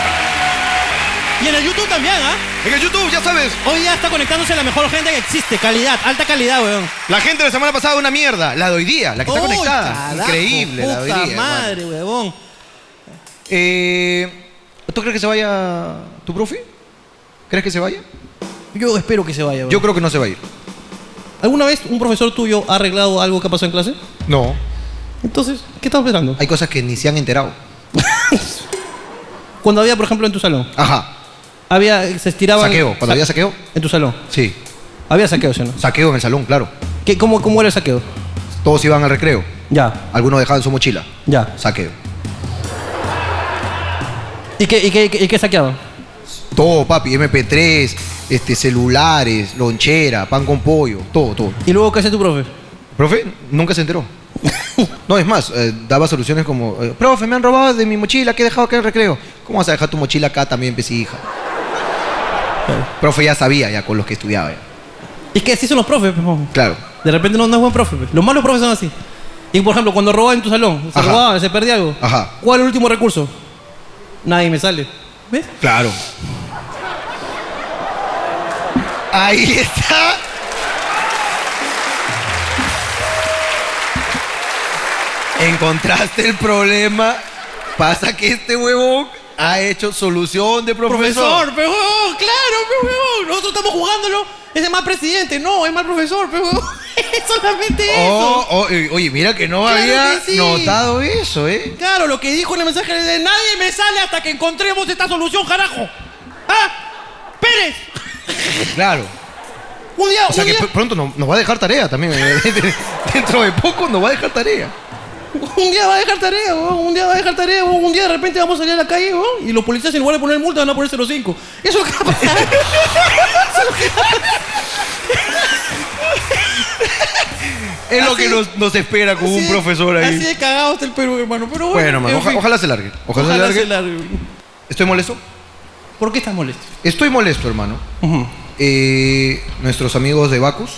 Y en el YouTube también, ¿ah?
En el YouTube, ya sabes.
Hoy ya está conectándose la mejor gente que existe. Calidad, alta calidad, weón.
La gente de la semana pasada una mierda. La de hoy día, la que está
¡Uy,
conectada.
carajo,
Increíble la de
puta
hoy día. hermano.
madre, huevón.
Eh, ¿Tú crees que se vaya tu profe? ¿Crees que se vaya?
Yo espero que se vaya, weón.
Yo creo que no se va a ir.
¿Alguna vez un profesor tuyo ha arreglado algo que ha pasado en clase?
No.
Entonces, ¿qué estás esperando?
Hay cosas que ni se han enterado.
Cuando había, por ejemplo, en tu salón.
Ajá.
Había, se estiraban...
Saqueo. Cuando
Sa-
había saqueo.
En tu salón.
Sí.
Había saqueo, ¿sí o no?
Saqueo en el salón, claro.
¿Qué, cómo, ¿Cómo era el saqueo?
Todos iban al recreo.
Ya,
Algunos dejaban su mochila.
ya.
Saqueo.
¿Y qué, y qué, y qué- y qué saqueaban?
Todo, papi. MP3, este, celulares, lonchera, pan con pollo. Todo, todo.
¿Y luego qué hace tu profe?
Profe, nunca se enteró. No, es más, eh, daba soluciones como, eh, profe, me han robado de mi mochila, que he dejado acá en el recreo. ¿Cómo vas a dejar tu mochila acá también, pues, hija? Profe ya sabía, ya con los que estudiaba. ya.
Es que así son los profes, pues, huevón.
Claro.
De repente no, no es buen profe. pues. Los malos profes son así. Y por ejemplo, cuando robaban en tu salón, se
Ajá.
robaban, se perdía algo.
Ajá.
¿Cuál es el último recurso? Nadie me sale. ¿Ves?
Claro. Ahí está. Encontraste el problema. Pasa que este huevón ha hecho solución de profesor.
Profesor, pero huevón, claro, pero huevón. Nosotros estamos jugándolo. Ese es mal presidente. No, es mal profesor, pero huevón. Es solamente
Oh,
eso.
oh, eh, oye, mira que no
Claro
había
que sí.
notado eso, ¿eh?
Claro, lo que dijo en el mensaje de nadie me sale hasta que encontremos esta solución, carajo. ¡Ah! ¡Pérez!
Claro.
Un día,
O sea
un
que
día,
pr- pronto no- nos va a dejar tarea también. eh. Dentro de poco nos va a dejar tarea.
un día va a dejar tarea, huevón. un día va a dejar tarea, huevón. un día de repente vamos a salir a la calle huevón, y los policías en lugar de poner multa van a poner 05. Eso es lo que va a pasar. Eso es lo que va a pasar.
Es lo
Así-
que nos, nos espera con un
Así de-
profesor ahí.
Así de cagado está el Perú, hermano. Pero bueno,
Bueno, hermano,
en
oja-
fin.
ojalá se largue. Ojalá,
Ojalá
se largue.
se largue.
¿Estoy molesto?
¿Por qué estás molesto?
Estoy molesto, hermano. Eh, nuestros amigos de Bacus,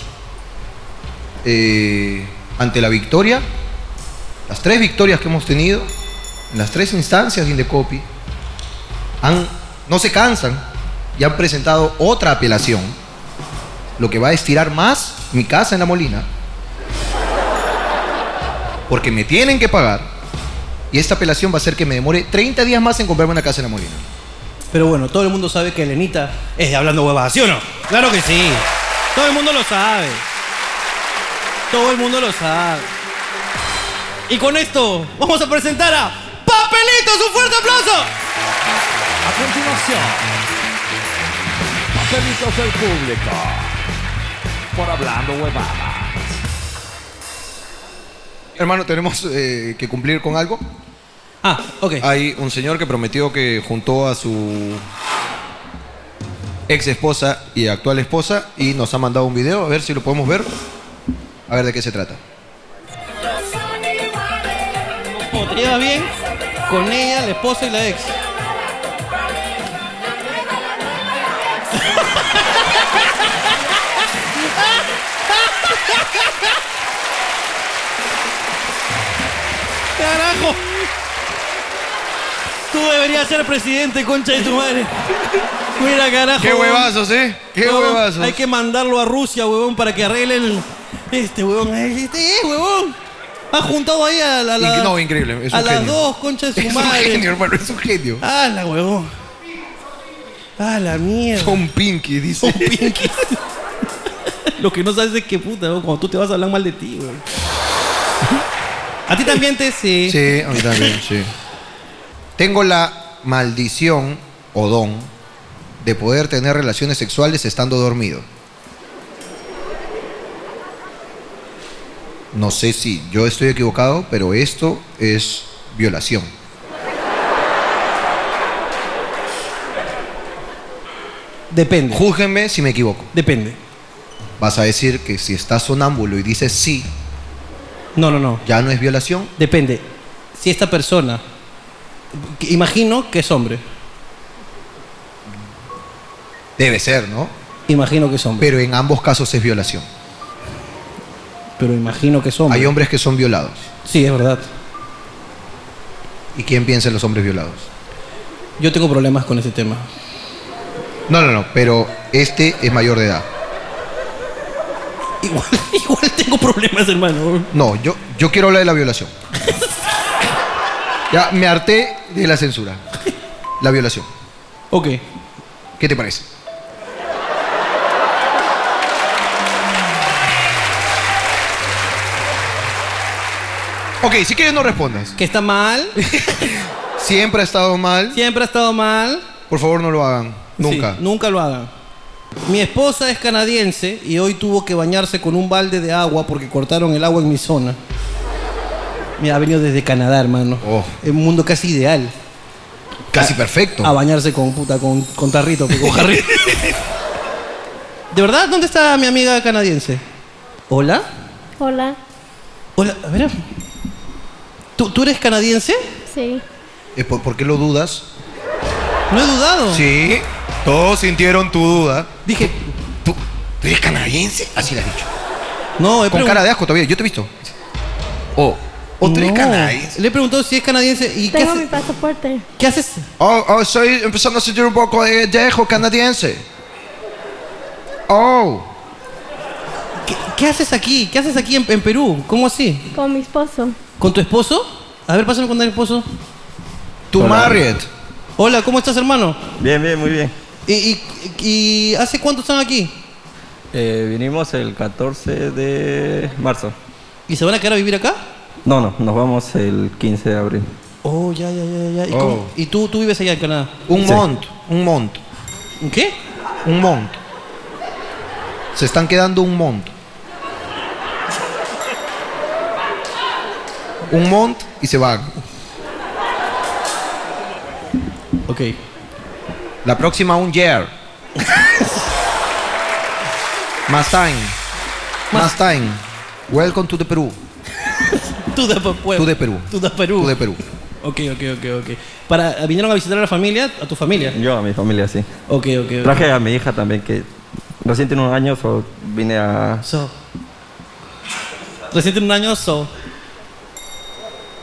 eh, ante la victoria, las tres victorias que hemos tenido, en las tres instancias de Indecopi, han- no se cansan y han presentado otra apelación, lo que va a estirar más mi casa en la Molina, porque me tienen que pagar y esta apelación va a hacer que me demore 30 días más en comprarme una casa en la Molina.
Pero bueno, todo el mundo sabe que Elenita es de hablando huevadas, ¿sí o no? Claro que sí. Todo el mundo lo sabe. Todo el mundo lo sabe. Y con esto vamos a presentar a Papelitos. Un fuerte aplauso.
A continuación, papelitos del público. Por hablando huevadas.
Hermano, tenemos eh, que cumplir con algo.
Ah, ok.
Hay un señor que prometió que juntó a su ex esposa y actual esposa y nos ha mandado un video. A ver si lo podemos ver. A ver de qué se trata.
Como te llevas bien con ella, la esposa y la ex. Carajo. Tú deberías ser presidente, concha de tu madre. Mira, carajo.
Qué
huevón.
huevazos, ¿eh? Qué
Huevón,
huevazos.
Hay que mandarlo a Rusia, huevón, para que arregle el. Este huevón. Este es, huevón. Ha juntado ahí a la. la-
Inc- no, increíble, es
a
un
las
genio.
dos, concha de su
Es un
madre.
genio, hermano, es un genio.
Ah, la huevón. Ah, la mierda.
Son pinky, dice.
Son pinky. Lo que no sabes es que puta, huevón, cuando tú te vas a hablar mal de ti, huevón. A ti también te sí.
Sí, a mí también, sí. Tengo la maldición o don de poder tener relaciones sexuales estando dormido. No sé si yo estoy equivocado, pero esto es violación.
Depende.
Júzguenme si me equivoco.
Depende.
Vas a decir que si estás sonámbulo y dices sí.
No, no, no.
¿Ya no es violación?
Depende. Si esta persona. que Imagino que es hombre.
Debe ser, ¿no?
Imagino que es hombre.
Pero en ambos casos es violación.
Pero imagino que es hombre.
Hay hombres que son violados.
Sí, es verdad.
¿Y quién piensa en los hombres violados?
Yo tengo problemas con ese tema.
No, no, no, pero este es mayor de edad.
Igual, igual tengo problemas, hermano.
No, yo, yo quiero hablar de la violación. ya me harté de la censura. La violación.
Ok.
¿Qué te parece? Ok, si quieres no respondas.
Que está mal.
Siempre ha estado mal.
Siempre ha estado mal.
Por favor, no lo hagan. Nunca.
Sí, nunca lo hagan. Mi esposa es canadiense y hoy tuvo que bañarse con un balde de agua porque cortaron el agua en mi zona. Mira, ha venido desde Canadá, hermano. Es un mundo casi ideal.
Oh,
Ah.
Casi perfecto.
A bañarse con puta, con, con tarrito, pues, con jarrito. ¿De verdad? ¿Dónde está mi amiga canadiense? ¿Hola?
Hola,
Hola, a ver. ¿Tú, tú eres canadiense?
sí.
Eh, ¿por, por qué lo dudas?
No he dudado.
Sí, todos sintieron tu duda. Dije, ¿tú, tú eres canadiense? Así lo has dicho.
No, he
Con
pregun-
cara de asco todavía, yo te he visto. O, o tú eres
No.
canadiense.
Le he preguntado si es canadiense y qué
Tengo
hace-
mi pasaporte.
¿Qué haces?
Oh, oh, estoy empezando a sentir un poco de dejo canadiense. Oh.
¿Qué, qué haces aquí? ¿Qué haces aquí en, en Perú? ¿Cómo así?
Con mi esposo.
¿Con tu esposo? A ver, pásame con el esposo.
Tu
Hola.
Marriott.
Hola, ¿cómo estás, hermano?
Bien, bien, muy bien.
¿Y, y- y hace cuánto están aquí?
Eh, vinimos el 14 de marzo.
¿Y se van a quedar a vivir acá?
No, no, nos vamos el 15 de abril.
Oh, ya, ya, ya, ya. ¿Y,
Oh.
cómo- y tú, tú vives allá en Canadá?
Un mont, un mont.
¿Un qué?
Un mont. Se están quedando un mont. Un mont y se van.
Ok.
La próxima un year. Más time. Más time. Welcome to the Perú.
Tú de Papua.
Tú de Perú.
Tú de Perú.
Tú de Perú.
Ok, ok, ok, ok. Para, ¿Vinieron a visitar a la familia? ¿A tu familia?
Yo a mi familia, sí.
Ok, ok. ok.
Traje a mi hija también, que recién tiene unos años o vine a...
So. Recién tiene un año, so.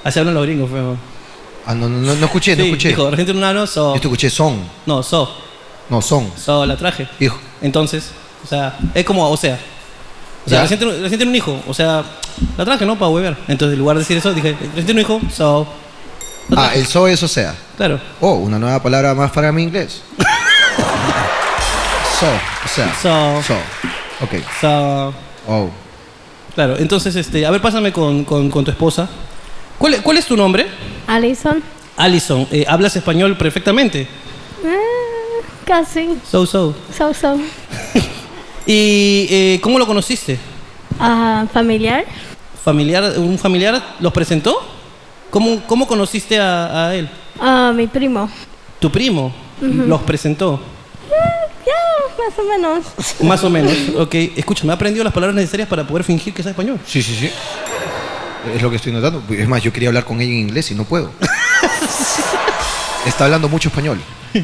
Así hablan los gringos, feo.
Ah, no, no, no, no escuché, no
Sí,
escuché.
dijo, recién tiene un año, so.
Yo te escuché son.
No, so.
No, son.
So, la traje.
Hijo.
Entonces, o sea, es como, o sea. O sea,
Ya.
recién tiene, recién tiene un hijo, o sea, la traje, ¿no? Para huever. Entonces, en lugar de decir eso, dije, recién tiene un hijo, so.
Ah, el so es o sea.
Claro.
Oh, una nueva palabra más para mi inglés. so, o sea.
So.
So. Ok.
So.
Oh.
Claro, entonces, este, a ver, pásame con, con- con tu esposa. ¿Cuál, es- ¿Cuál es tu nombre?
Alison,
Alison, eh, hablas español perfectamente.
Ah, casi.
So, so.
So, so.
¿Y eh, cómo lo conociste?
Ah, familiar.
¿Familiar, ¿Un familiar los presentó? ¿Cómo, cómo conociste a, a él?
Ah, mi primo.
¿Tu primo
Ujú.
los presentó?
Ya, más o menos.
Más o menos. Ok, escúchame, ¿ha aprendido las palabras necesarias para poder fingir que sabe español?
Sí, sí, sí. Es lo que estoy notando. Es más, yo quería hablar con ella en inglés y no puedo. Está hablando mucho español.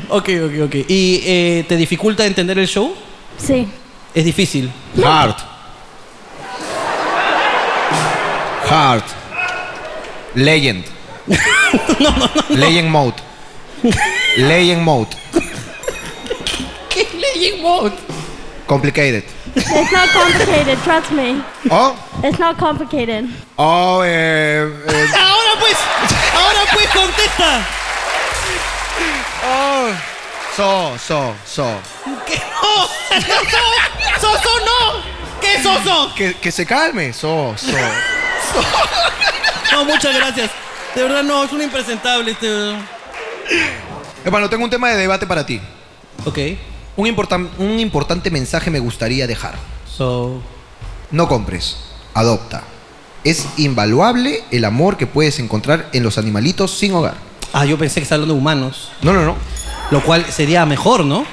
ok, ok, ok. ¿Y eh, te dificulta entender el show?
Sí.
Es difícil.
Hard. Hard. Legend. Legend mode. Legend Mode.
¿Qué es Legend Mode?
Complicated.
It's not complicated, trust me.
Oh.
It's not complicated.
Oh, eh, eh,
Ahora pues, ahora pues contesta.
Oh. So, so, so.
¿Qué
Oh,
no? ¡Soso, soso no! ¿Qué soso?
Que, que se calme. So, so.
No, muchas gracias. De verdad, no, es un impresentable este.
Hermano, tengo un tema de debate para ti.
Ok.
Un, importan- un importante mensaje me gustaría dejar.
So.
No compres, adopta. Es invaluable el amor que puedes encontrar en los animalitos sin hogar.
Ah, yo pensé que estaba hablando de humanos.
No, no, no.
Lo cual sería mejor, ¿no?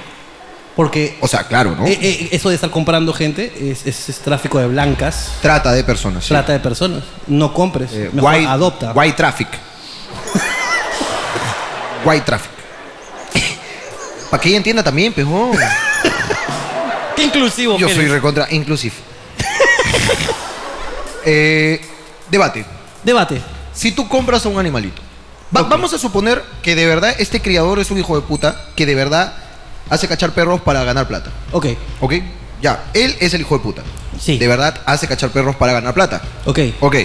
Porque.
O sea, claro, ¿no?
eh, eh, eso de estar comprando gente es, es- es tráfico de blancas,
Trata de personas. sí. Eh,
trata de personas. No compres, mejor
white-
adopta.
White traffic. white traffic. Para que ella entienda también, pejón.
Qué inclusivo
Yo
que
soy
eres.
recontra inclusive. Eh, debate.
Debate.
Si tú compras a un animalito, va- vamos a suponer que de verdad este criador es un hijo de puta que de verdad hace cachar perros para ganar plata.
Ok.
Ok. Ya, él es el hijo de puta.
Sí.
De verdad hace cachar perros para ganar plata.
Ok.
Ok.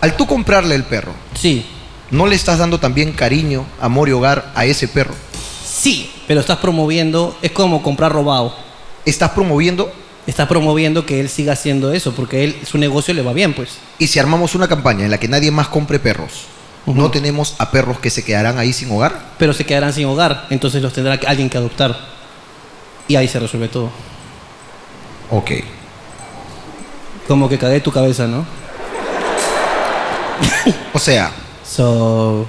Al tú comprarle el perro,
sí.
¿No le estás dando también cariño, amor y hogar a ese perro?
Sí, pero estás promoviendo, es como comprar robado.
¿Estás promoviendo?
Estás promoviendo que él siga haciendo eso, porque él, su negocio le va bien, pues.
Y si armamos una campaña en la que nadie más compre perros, ¿no tenemos a perros que se quedarán ahí sin hogar?
Pero se quedarán sin hogar, entonces los tendrá que- alguien que adoptar. Y ahí se resuelve todo.
Ok.
Como que cagué tu cabeza, ¿no?
O sea.
So.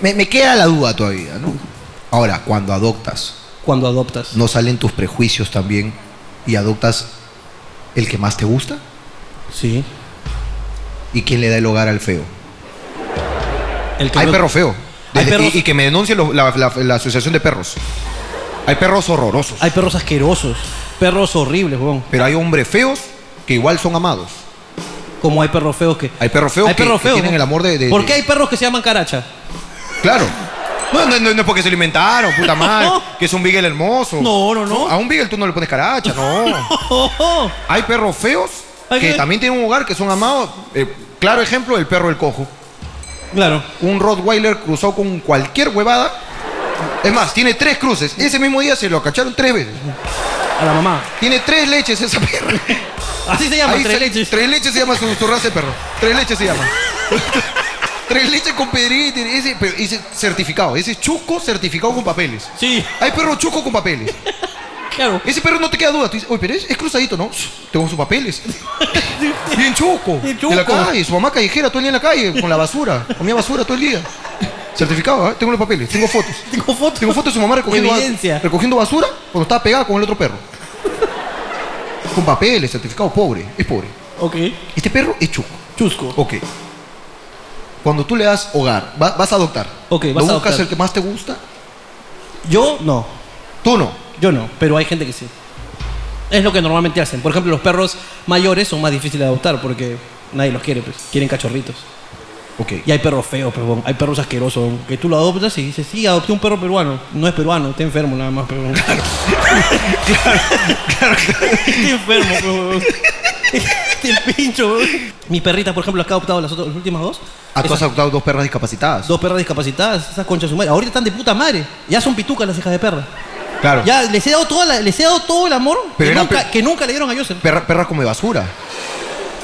Me, me queda la duda todavía, ¿no? Ahora, cuando adoptas.
Cuando adoptas.
¿No salen tus prejuicios también y adoptas el que más te gusta?
Sí.
¿Y quién le da el hogar al feo?
El que
Hay
no-
perro feo.
Hay
Desde- y-
perros-
y, que me denuncie lo- la- la- la asociación de perros. Hay perros horrorosos.
Hay perros asquerosos, perros horribles, weón.
Pero hay hombres feos que igual son amados.
Como hay perros feos que.
Hay perros feos
Hay
que,
perros
que
feos,
tienen
¿no?
el amor de. de-
¿Por
de-
qué hay perros que se llaman caracha?
Claro. No, no, no, no es porque se lo inventaron, puta madre. Que es un Beagle hermoso.
No, no, no.
A un Beagle tú no le pones caracha, no. Hay perros feos
Hay
que
que-
también tienen un hogar que son amados. Eh, claro ejemplo, el perro del cojo.
Claro.
Un Rottweiler cruzó con cualquier huevada. Es más, tiene tres cruces. Ese mismo día se lo cacharon tres veces.
A la mamá.
Tiene tres leches esa perra.
Así se llama,
Ahí
tres
sale-
leches.
Tres leches se llama su, su raza de perro. Tres leches se llama. tres leches con pedrita. Ese, pero ese certificado. Ese es chuco certificado con papeles.
Sí.
Hay perro chuco con papeles.
Claro.
Ese perro no te queda duda. Tú dices, oye, pero es, es cruzadito, ¿no? Tengo sus papeles. Bien chuco.
Bien
En la
chuco.
calle. Su mamá callejera todo el día en la calle. Con la basura. Comía basura todo el día. Certificado, ¿eh? Tengo los papeles. Tengo fotos.
Tengo fotos.
Tengo fotos de su mamá recogiendo, ba-
Evidencia.
recogiendo basura cuando estaba pegada con el otro perro. Con papeles, certificado. Pobre. Es pobre.
Ok.
Este perro es chuco.
Chusco.
Ok. Cuando tú le das hogar, va- vas a adoptar.
Ok,
¿Lo
vas a
buscas
adoptar.
el que más te gusta?
Yo no.
Tú no.
Yo no, pero hay gente que sí. Es lo que normalmente hacen. Por ejemplo, los perros mayores son más difíciles de adoptar porque nadie los quiere, pues. Quieren cachorritos.
Ok.
Y hay perros feos, pero hay perros asquerosos. Que tú lo adoptas y dices, sí, adopté un perro peruano. No es peruano, está enfermo nada más, pero. Claro. Está enfermo, pero. El pincho, weón. Mis perritas, por ejemplo, las que he adoptado las, otras- las últimas dos.
Ah, tú
esas-
has adoptado dos perras discapacitadas.
Dos perras discapacitadas, esas conchas de su madre. Ahorita están de puta madre. Ya son pitucas las hijas de perra.
Claro.
Ya les he dado, toda la- les he dado todo el amor
Pero
que
era
nunca,
pe-
que nunca le dieron a Joseph.
Perra- perras come basura.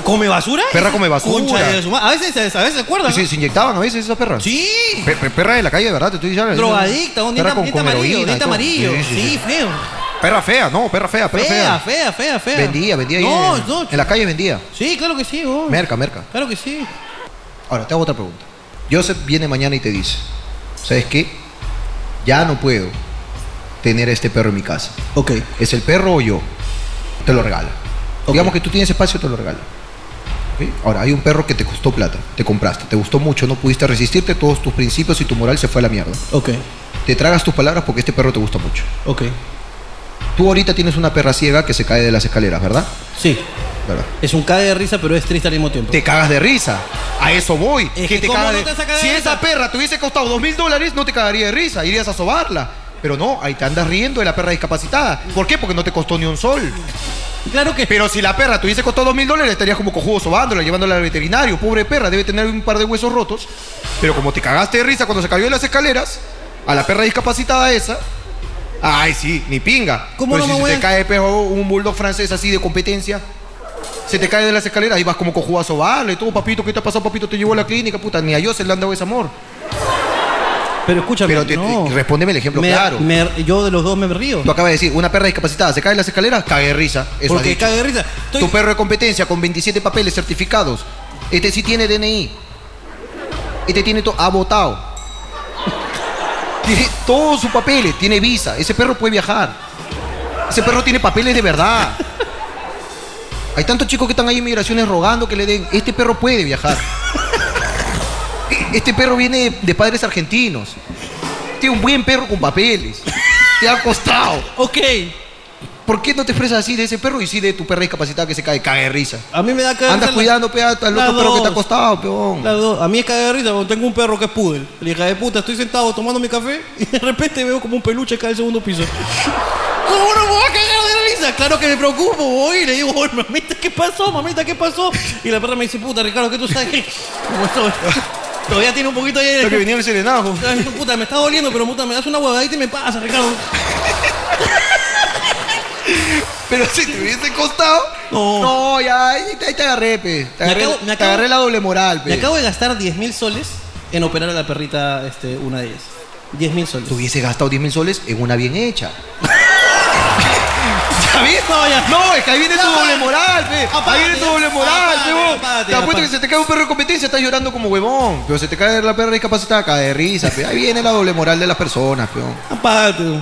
¿Come basura?
Perra come basura.
Concha de su madre. A veces, a veces se acuerdan.
Y se,
¿no?
se inyectaban a veces esas perras.
Sí.
Pe- pe- perra de la calle, de verdad, te estoy diciendo.
Drogadicta, un
Perra
diente,
con-
diente
con
amarillo,
heroína y
diente
todo.
amarillo. Sí, feo.
Perra fea, no, perra fea, perra
Fea,
fea.
fea, fea, fea.
Vendía, vendía ahí
No,
en,
no.
en la calle vendía.
Sí, claro que sí, weón.
Merca, merca.
Claro que sí.
Ahora, te hago otra pregunta. Joseph viene mañana y te dice, ¿sabes qué? Ya no puedo tener a este perro en mi casa.
Ok.
¿Es el perro o yo? Te lo regalo. Digamos que tú tienes espacio, te lo regalo. ¿Ok? Ahora, hay un perro que te costó plata, te compraste, te gustó mucho, no pudiste resistirte, todos tus principios y tu moral se fue a la mierda.
Ok,
Te tragas tus palabras porque este perro te gusta mucho.
ok.
Tú ahorita tienes una perra ciega que se cae de las escaleras, ¿verdad?
Sí.
¿Verdad?
Es un cague de risa, pero es triste al mismo tiempo.
Te cagas de risa. A eso voy.
Es
Que
que
te
¿cómo
caga
no
de-
te saca de
si
risa?
esa perra te hubiese costado dos mil dólares, no te cagaría de risa, irías a sobarla. Pero no, ahí te andas riendo de la perra discapacitada. ¿Por qué? Porque no te costó ni un sol. Claro que. Pero si la perra te hubiese costado dos mil dólares, estarías como cojudo sobándola, llevándola al veterinario. Pobre perra, debe tener un par de huesos rotos. Pero como te cagaste de risa cuando se cayó de las escaleras, a la perra discapacitada esa. Ay, sí, ni pinga.
¿Cómo
Pero
no
si
me
se
voy
te
a-
cae pejo un bulldog francés así de competencia, se te cae de las escaleras y vas como cojudo a sobarla y todo, papito, ¿qué te ha pasado, papito? Te llevo a la clínica, puta, ni a yo se le han dado ese amor.
Pero escúchame,
Pero te- te- respóndeme el ejemplo
Me-
claro.
me- yo de los dos me río.
Tú acabas de decir, una perra discapacitada se cae de las escaleras, cague de risa. Eso
Porque
ha dicho.
cague de risa.
Tu perro de competencia con 27 papeles certificados. Este sí tiene DNI. Este tiene todo abotado. Tiene todos sus papeles, tiene visa. Ese perro puede viajar. Ese perro tiene papeles de verdad. Hay tantos chicos que están ahí en migraciones rogando que le den. Este perro puede viajar. Este perro viene de padres argentinos. Tiene un buen perro con papeles. Te ha costado.
Ok.
¿Por qué no te expresas así de ese perro y sí de tu perra discapacitada que se cae, cae de risa?
A mí me da cagada.
Andas cuidando, pe, al otro perro que te ha costado, peón.
A mí es cagar de risa, porque tengo un perro que es poodle. La hija de puta, estoy sentado tomando mi café y de repente veo como un peluche cae al segundo piso. ¿Cómo no me voy a cagar de risa? Claro que me preocupo, voy y le digo, "Oye, mamita, ¿qué pasó? Mamita, ¿qué pasó? Y la perra me dice, puta, Ricardo, ¿qué tú sabes? Como soy. Todavía tiene un poquito ahí.
Lo que venía el serenajo.
Ay, Puta, me está doliendo, pero puta, me das una huevadita y me pasa, Ricardo.
Pero si te hubiese costado. No. No, ya, ahí te, ahí te agarré, pe. Te
Me
agarré,
acabo- me
te
acabo-
agarré la doble moral, pe.
Me acabo de gastar 10 mil soles en operar a la perrita, este, una de ellas. 10 mil soles.
Te hubiese gastado 10 mil soles en una bien hecha.
¿Ya viste? No, ya.
No, es que ahí viene tu doble moral, pe.
Apágate,
ahí viene tu
ya.
doble moral,
Apágate,
pe. vos.
apágate,
Te apuesto
apágate.
que se te cae un perro de competencia, estás llorando como huevón. Pero se te cae la perra discapacitada, cae de risa, pe. Ahí viene la doble moral de las personas, peón.
Apágate.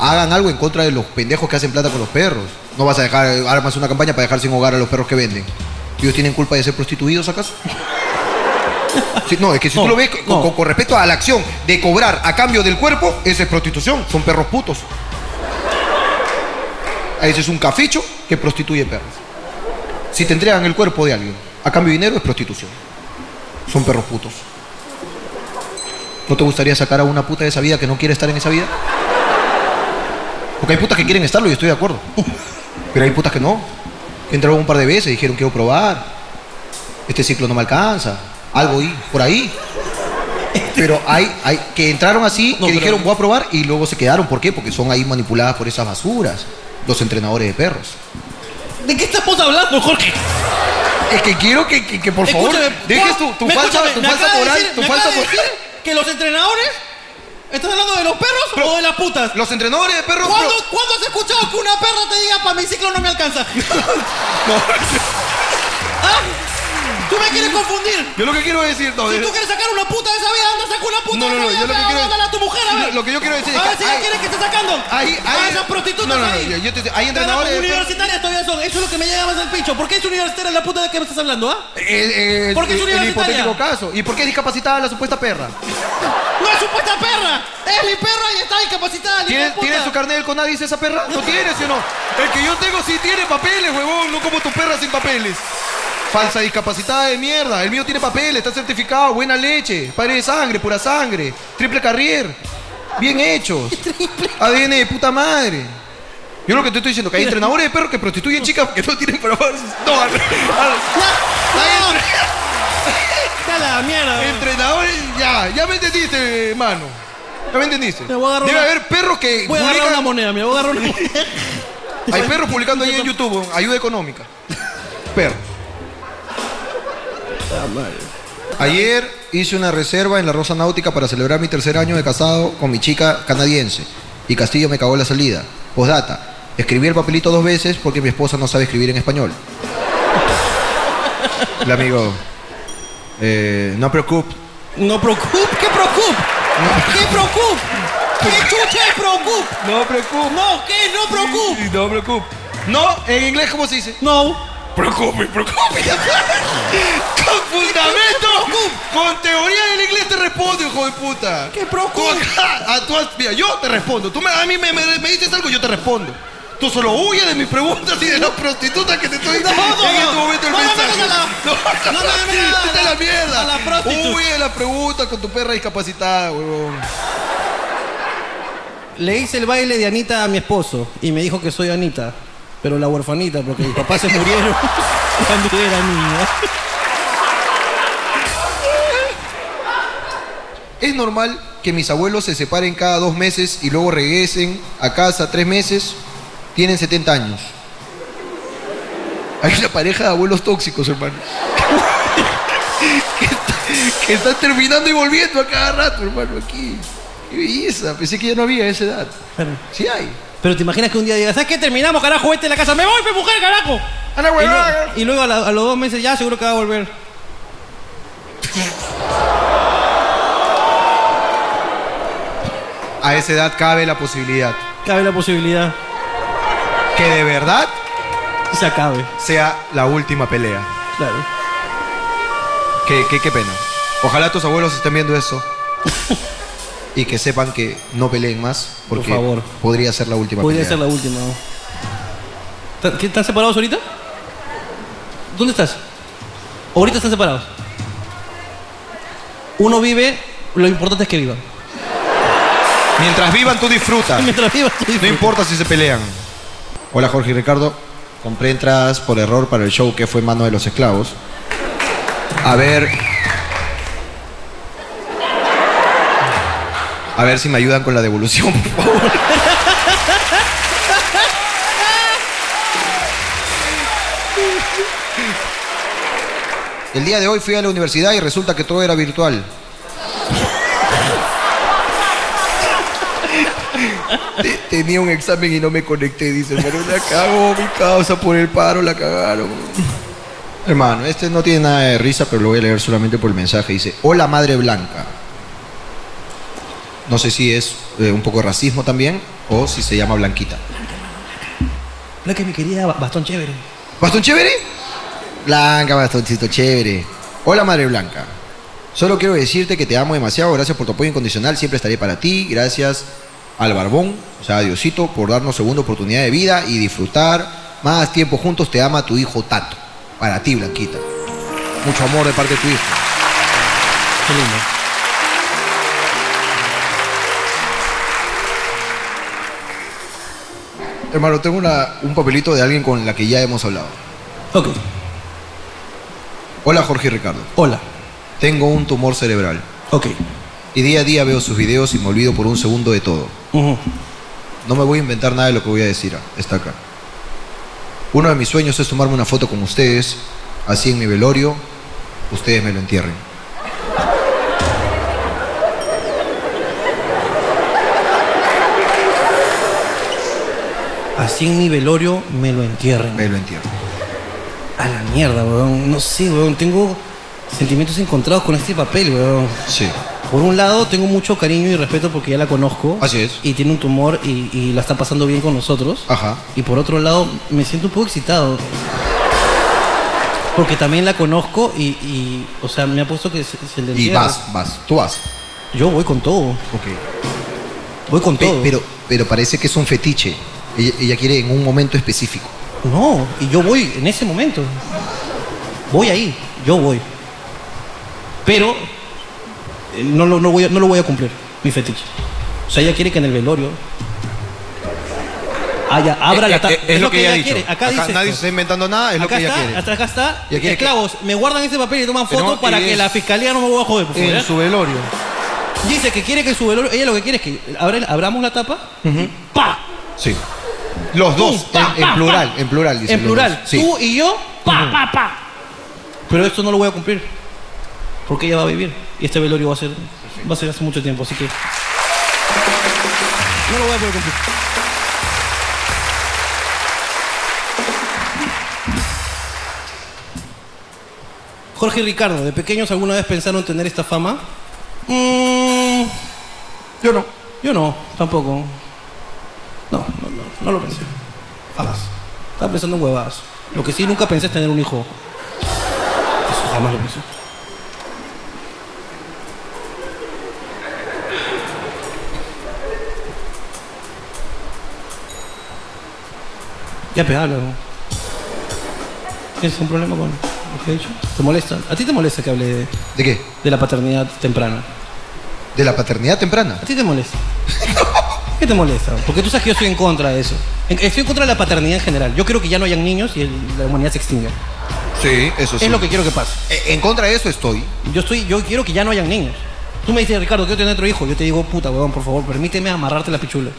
Hagan algo en contra de los pendejos que hacen plata con los perros. No vas a dejar, armas una campaña para dejar sin hogar a los perros que venden. ¿Ellos tienen culpa de ser prostituidos acaso? Sí, no, es que si tú lo ves con, con- con respecto a la acción de cobrar a cambio del cuerpo, esa es prostitución. Son perros putos. Ese es un caficho que prostituye perros. Si te entregan el cuerpo de alguien a cambio de dinero, es prostitución. Son perros putos. ¿No te gustaría sacar a una puta de esa vida que no quiere estar en esa vida? Porque hay putas que quieren estarlo y estoy de acuerdo. Pero hay putas que no. Que entraron un par de veces, dijeron quiero probar. Este ciclo no me alcanza. Algo ahí, por ahí. Pero hay, hay que entraron así, que dijeron voy a probar y luego se quedaron. ¿Por qué? Porque son ahí manipuladas por esas basuras. Los entrenadores de perros.
¿De qué estamos hablando, Jorge?
Es que quiero que, que- que, por favor
Escúchame,
dejes
Juan,
tu, tu
me
falsa,
escúchame,
tu
me
falsa
acaba de
moral.
decir-
tu
me
falsa
acaba de
moral.
decir Que los entrenadores. ¿Estás hablando de los perros o de las putas?
Los entrenadores de perros.
¿Cuándo,
pero-
cuándo has escuchado que una perra te diga para mi ciclo no me alcanza? ¿Ah? ¿Tú me quieres confundir?
Yo lo que quiero decir, no,
Si
es-
tú quieres sacar una puta de esa vida, anda, saca una puta
No,
de
no,
esa
no, yo
vida,
lo que
pero
quiero-
mándala a tu mujer, a ver.
lo que yo quiero decir es
A
que
ver si ella
hay-
quiere que esté sacando.
hay-
a
hay-
Ah, esas prostitutas
no, no, no,
ahí.
yo- yo te- hay
Cada
entrenadores de perros-
universitarias todavía son. Eso es lo que me llega más al pincho. ¿Por qué es universitaria la puta de que me estás hablando, ah?
Eh, eh,
¿Por qué es
el-
universitaria?
El hipotético caso. ¿Y por qué es discapacitada la supuesta perra?
¡No es supuesta perra! ¡Es mi perra y está discapacitada!
¿Tiene, ¿tiene su carnet del CONADIS esa perra? ¿No tiene, sí o no? El que yo tengo sí tiene papeles, huevón. No como tu perra sin papeles. Falsa discapacitada de mierda. El mío tiene papeles, está certificado, buena leche. Padre de sangre, pura sangre. Triple carrier. Bien hechos. ADN de puta madre. Yo lo que te estoy diciendo, que hay entrenadores de perros que prostituyen chicas que no tienen para pagar sus- No, al- al-
la mierda!
Entrenadores, ya, ya me entendiste, hermano. Ya me entendiste.
Me voy a agarrar
Debe
una-
haber perros que
Voy a agarrar
publican-
una moneda, me voy a agarrar una moneda.
Hay perros publicando ahí en YouTube, ayuda económica. Perros. Ayer hice una reserva en la Rosa Náutica para celebrar mi tercer año de casado con mi chica canadiense. Y Castillo me cagó la salida. Postdata. Escribí el papelito dos veces porque mi esposa no sabe escribir en español. El amigo. eh, no preocupes.
No preocup, ¿qué preocup? ¿Qué preocup? ¿Qué chucha es preocup?
No preocup.
No, ¿qué? No preocup.
No preocup. No, en inglés, ¿cómo se dice?
No.
Preocupe, preocupe. con fundamento, con teoría del inglés te respondo, hijo de puta. ¿Qué preocupa? mira, yo te respondo. Tú me- a mí me, me- me dices algo, yo te respondo. Tú solo huyes de mis preguntas y de las prostitutas que te estoy
No, no,
en
no.
este momento el
No me
mensaje.
metas a la-
No,
no me metas a la-
Tú te la
esa mierda!
A la prostitute.
Uy, la pregunta con tu perra discapacitada, huevón.
Le hice el baile de Anita a mi esposo y me dijo que soy Anita, pero la huerfanita, porque mis papás se murieron cuando yo era niño.
¿Es normal que mis abuelos se separen cada dos meses y luego regresen a casa tres meses? Tienen 70 años.
Hay una pareja de abuelos tóxicos, hermano. que, está- que están terminando y volviendo a cada rato, hermano, aquí. Qué belleza. Pensé que ya no había a esa edad. Sí hay.
Pero te imaginas que un día digas, ¿sabes qué? Terminamos, carajo, vete de la casa. ¡Me voy, pe mujer, carajo!
Y
luego- y, luego a, la- a los dos meses ya seguro que va a volver.
A esa edad cabe la posibilidad.
Cabe la posibilidad.
Que de verdad
se acabe.
Sea la última pelea.
Claro.
Qué, qué- qué pena. Ojalá tus abuelos estén viendo eso. y que sepan que no peleen más.
Por
Porque
favor.
podría ser la última
Podría
pelea.
ser la última. ¿Están- qué, ¿Están separados ahorita? ¿Dónde estás? Ahorita están separados. Uno vive, lo importante es que viva.
Mientras vivan, tú disfrutas.
Mientras vivan,
No importa si se pelean. Hola, Jorge y Ricardo. Compré entradas por error para el show que fue Mano de los Esclavos. A ver. A ver si me ayudan con la devolución, por favor. El día de hoy fui a la universidad y resulta que todo era virtual.
Te- Tenía un examen y no me conecté, dice, hermano. La cago, mi causa por el paro, la cagaron.
Hermano, este no tiene nada de risa, pero lo voy a leer solamente por el mensaje. Dice, hola madre blanca. No sé si es eh, un poco de racismo también o si se llama blanquita.
Lo que mi querida ba- bastón chévere.
¿Bastón chévere? Blanca, bastoncito chévere. Hola madre blanca. Solo quiero decirte que te amo demasiado. Gracias por tu apoyo incondicional. Siempre estaré para ti. Gracias al Barbón, o sea, a Diosito, por darnos segunda oportunidad de vida y disfrutar más tiempo juntos. Te ama tu hijo Tato. Para ti, Blanquita. Mucho amor de parte de tu hijo.
Qué lindo.
Hermano, tengo una- un papelito de alguien con la que ya hemos hablado.
Ok.
Hola, Jorge y Ricardo.
Hola.
Tengo un tumor cerebral.
Ok.
Y día a día veo sus videos y me olvido por un segundo de todo. No me voy a inventar nada de lo que voy a decir. ah, Está acá. Uno de mis sueños es tomarme una foto con ustedes, así en mi velorio, ustedes me lo entierren.
Así en mi velorio me lo entierren. Me
lo entierren.
A la mierda, weón. No sé, weón. Tengo sentimientos encontrados con este papel, weón.
Sí.
Por un lado, tengo mucho cariño y respeto porque ya la conozco.
Así es. Ah.
Y tiene un tumor y, y la está pasando bien con nosotros.
Ajá.
Y por otro lado, me siento un poco excitado. Porque también la conozco y, y, o sea, me ha puesto que se, se le
Y
entierre.
vas, vas, tú vas.
Yo voy con todo. Voy con todo.
Pero, pero parece que es un fetiche. Ella, ella quiere en un momento específico.
No, y yo voy en ese momento. Voy ahí, yo voy. Pero eh, no lo, no voy a- no lo voy a cumplir, mi fetiche. O sea, ella quiere que en el velorio haya, abra la ta-
Eh, eh, es, lo que ella, ha dicho.
Acá, dice
nadie se
esto.
está inventando nada, es lo
Acá
que ella
está,
quiere.
hasta acá está.
Ella quiere que-
Esclavos, me guardan ese papel y toman fotos
Tenemos
para que la
evidencia.
fiscalía no me vaya a joder, por favor.
En
¿eh?
su velorio.
Dice que quiere que en su velorio, ella lo que quiere es que abra- abramos la tapa, ¡pa!
Sí. Los dos,
Pum, pa,
en, en
pa,
plural,
pa.
en plural. dice
en
los
plural,
dos. Sí.
tú y yo, pa, pa, pa. Pero esto no lo voy a cumplir. Porque ella va a vivir. Y este velorio va a ser, va a ser hace mucho tiempo, así que. No lo voy a poder cumplir. Jorge y Ricardo, ¿de pequeños alguna vez pensaron tener esta fama? Mm,
yo no.
Yo no, tampoco. No, no, no, no lo pensé. Jamás. Estaba pensando en huevadas. Lo que sí nunca pensé es tener un hijo. Eso jamás lo pensé. Ya pegalo. ¿Tienes un problema con.?
lo que he dicho. ¿Te molesta? ¿A ti te molesta que hable de,
¿De qué?
De la paternidad temprana.
¿De la paternidad temprana?
¿A ti te molesta? ¿Qué te molesta? Porque tú sabes que yo estoy en contra de eso. En- Estoy en contra de la paternidad en general. Yo creo que ya no hayan niños y el- la humanidad se extinga.
Sí, eso sí. E,
Es lo que quiero que pase.
En contra de eso estoy.
Yo estoy, yo quiero que ya no hayan niños. Tú me dices, Ricardo, quiero tener otro hijo. Yo te digo, puta, weón, por favor, permíteme amarrarte la pichula.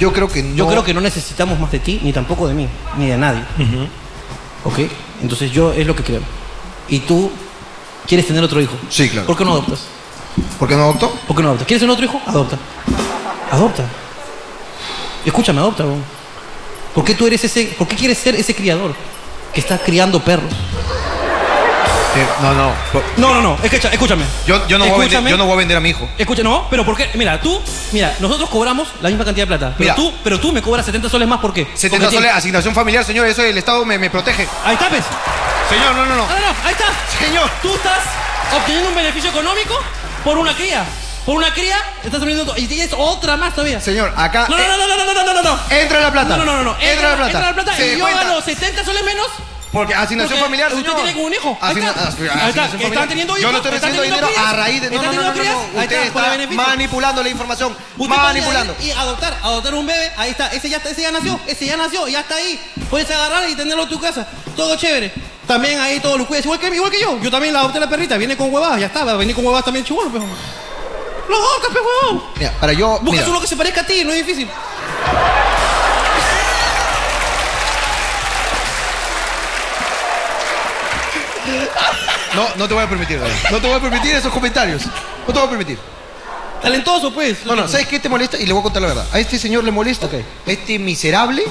Yo creo que no.
Yo creo que no necesitamos más de ti, ni tampoco de mí, ni de nadie. ¿Ok? Entonces yo es lo que creo. Y tú quieres tener otro hijo.
Sí, claro.
¿Por qué no adoptas?
¿Por qué no adopto?
¿Por qué no adoptas? ¿Quieres tener otro hijo? Adopta. Adopta. Escúchame, adopta, weón. ¿Por qué tú eres ese, por qué quieres ser ese criador que está criando perros?
no, no.
No, no, no. Escucha, escúchame.
Yo, yo, no voy a vender,
Escúchame.
yo no voy a vender a mi hijo.
Escucha, no, pero ¿por qué? Mira, tú, mira, nosotros cobramos la misma cantidad de plata. Pero
Mira.
tú, pero tú me cobras 70 soles más, ¿por qué?
70
Porque
soles,
tienes-
asignación familiar, señor. Eso el Estado me, me protege.
Ahí está, pues.
Señor, no, no, no.
No, no, ahí está. Señor. Tú estás obteniendo un beneficio económico por una cría. Por una cría, estás obteniendo. Y tienes otra más todavía.
Señor, acá. eh,
No, no, no, no, no, no, no, no, no.
Entra la plata.
No, no, no, no.
Entra la plata.
Entra la plata.
Se
y yo
cuenta.
gano 70 soles menos.
Porque asignación
porque
familiar,
Usted
señor.
tiene un hijo. Ahí
Asigna-
está.
as-
Ahí está.
asignación familiar.
Están teniendo hijos.
Yo no estoy
están
recibiendo dinero
teniendo
a
crías,
raíz de. No,
están
no, no, no,
teniendo
no,
crías.
no.
Ahí
Usted
por el
está
beneficio.
manipulando la información.
Usted
Manipulando.
puede ir Y adoptar, adoptar un bebé, ahí está, ese ya, está- ese ya nació, ese ya nació, ya está ahí. Puedes agarrar y tenerlo en tu casa, todo chévere. También ahí todo lo cuidas, igual que, igual que yo. Yo también la adopté la perrita, viene con huevadas, ya está, va a venir con huevadas también pues, chivolo, pero... Lo adoptas, pe pues, huevón.
Mira, para yo.
Buscas
mira.
uno que se parezca a ti, no es difícil.
No, no te voy a permitir, David. No te voy a permitir esos comentarios. No te voy a permitir.
Talentoso, pues.
No, no, ¿sabes qué te molesta? Y le voy a contar la verdad. A este señor le molesta. Este miserable,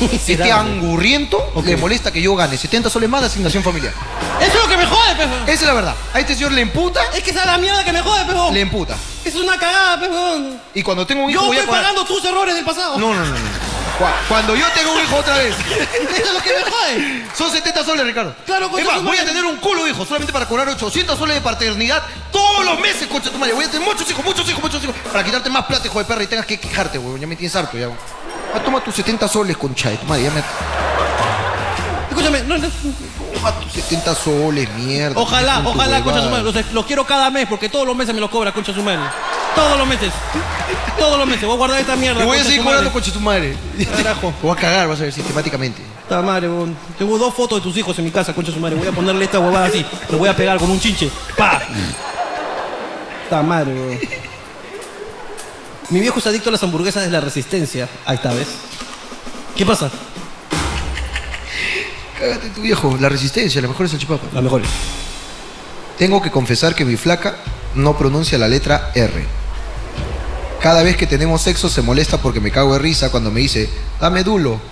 este
Miserable.
angurriento, le molesta que yo gane 70 soles más de asignación familiar.
Eso es lo que me jode, pe huevón.
Esa es la verdad. A este señor le emputa.
Es que esa es la mierda que me jode, pe huevón.
Le emputa.
Es una cagada, pe huevón.
Y cuando tengo un hijo
Yo
voy a
estoy
pagar-
pagando tus errores del pasado.
No, no, no, no. Cu- Cuando yo tengo un hijo otra vez.
Eso es lo que me jode.
Son 70 soles, Ricardo.
Claro, con
Es más,
tus
voy a
madres.
tener un culo, hijo, solamente para cobrar 800 soles de paternidad todos los meses, concha de tu madre. Voy a tener muchos hijos, muchos hijos, muchos hijos. Para quitarte más plata, hijo de perra, y tengas que quejarte, weón. Ya me tienes harto, ya. Ah, toma tus 70 soles, concha de tu madre. Ya me...
Escúchame, no, no.
Toma tus 70 soles, mierda.
Ojalá,
Con tu
ojalá, concha su
huevada.
madre. Los, los quiero cada mes porque todos los meses me los cobra, concha su madre. Todos los meses. Todos los meses. Voy a guardar esta mierda.
Y voy a
concha
seguir
su madre.
cobrando, concha de tu madre.
Carajo.
Te Voy a cagar, vas a ver, sistemáticamente.
Puta madre, weón. Tengo dos fotos de tus hijos en mi casa, concha su madre. Voy a ponerle esta huevada así. Lo voy a pegar con un chinche. ¡Pa! Puta madre, weón. Mi viejo es adicto a las hamburguesas de la resistencia. Ahí está, ¿ves? ¿Qué pasa?
Cágate tu viejo, la resistencia, la mejor es el chipapa.
Las mejores.
Tengo que confesar que mi flaca no pronuncia la letra R. Cada vez que tenemos sexo se molesta porque me cago de risa cuando me dice, dame dulo.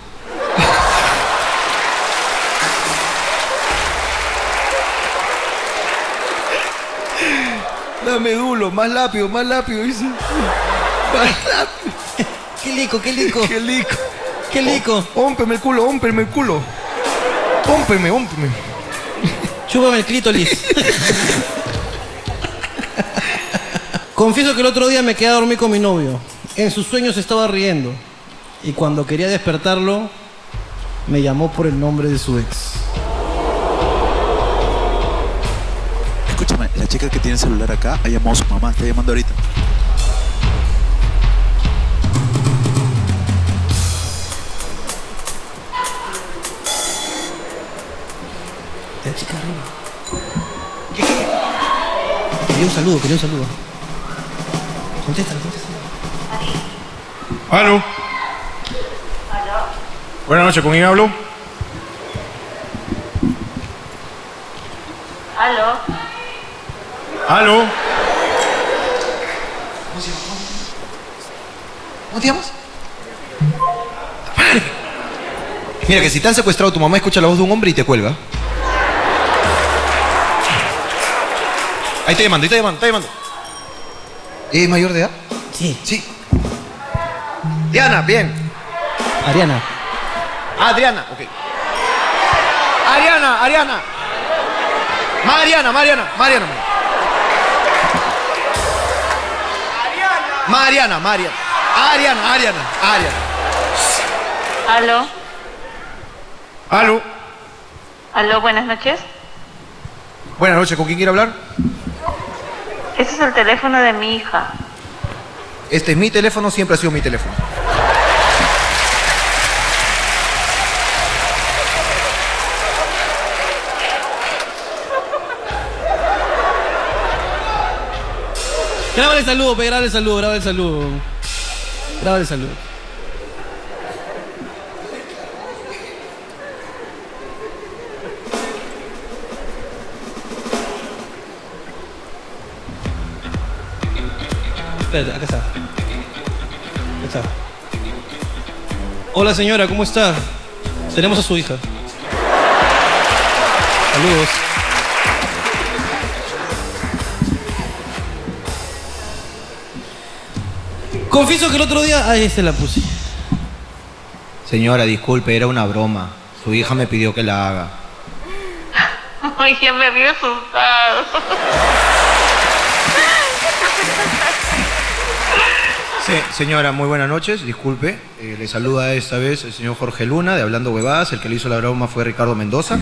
dame dulo, más lápido, más lápido, dice. Más lápido.
Qué lico, qué lico.
Qué lico.
Qué lico.
Ómpeme el culo, ómpeme el culo. Ómpeme, ómpeme.
Chúpame el clítoris. Confieso que el otro día me quedé a dormir con mi novio. En sus sueños estaba riendo. Y cuando quería despertarlo, me llamó por el nombre de su ex.
Escúchame, la chica que tiene el celular acá ha llamado a su mamá, está llamando ahorita.
La chica arriba. Quería un saludo, quería un saludo. Contéstale, contéstale.
Aló. Buenas noches, ¿con quién hablo?
Aló.
Aló.
¿Cómo te llamas? Mira, que si te han secuestrado, tu mamá escucha la voz de un hombre y te cuelga. Ahí te llamando, ahí te llamando, te llamando. ¿Es mayor de edad?
Sí.
Sí. Diana, bien.
Ariana.
Adriana, ok. Ariana, Ariana. Mariana, Mariana, Mariana. Mariana, Mariana. Ariana, Ariana, Ariana.
Aló.
Aló.
Aló, buenas noches.
Buenas noches, ¿con quién quiere hablar?
Ese es el teléfono de mi hija.
Este es mi teléfono, siempre ha sido mi teléfono.
Graba el saludo, pe, graba el saludo, graba el saludo. Graba el saludo. Espérate, acá está. Acá está. Hola señora, ¿cómo está? Tenemos a su hija. Saludos. Confieso que el otro día. Ahí se la puse.
Señora, disculpe, era una broma. Su hija me pidió que la haga.
Ay, ya me había asustado.
Se- señora, muy buenas noches, disculpe. Eh, le saluda esta vez el señor Jorge Luna de Hablando Huevadas. El que le hizo la broma fue Ricardo Mendoza.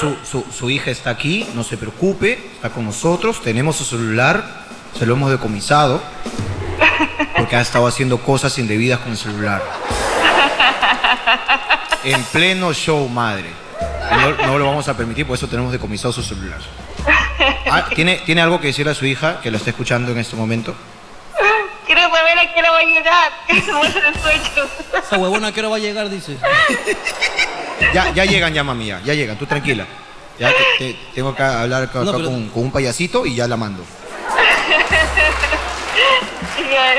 Su, su- su hija está aquí, no se preocupe, está con nosotros. Tenemos su celular, se lo hemos decomisado porque ha estado haciendo cosas indebidas con el celular. En pleno show, madre. No, no lo vamos a permitir, por eso tenemos decomisado su celular. Ah, ¿tiene, ¿Tiene algo que decirle a su hija que lo está escuchando en este momento?
Quiero saber a qué hora va a llegar. Que se muestra el sueño.
Esa huevona que hora va a llegar, dice.
Ya, ya llegan, ya mami, ya, ya llegan, tú tranquila. Ya te- te- tengo que hablar acá- acá con, con un payasito y ya la mando.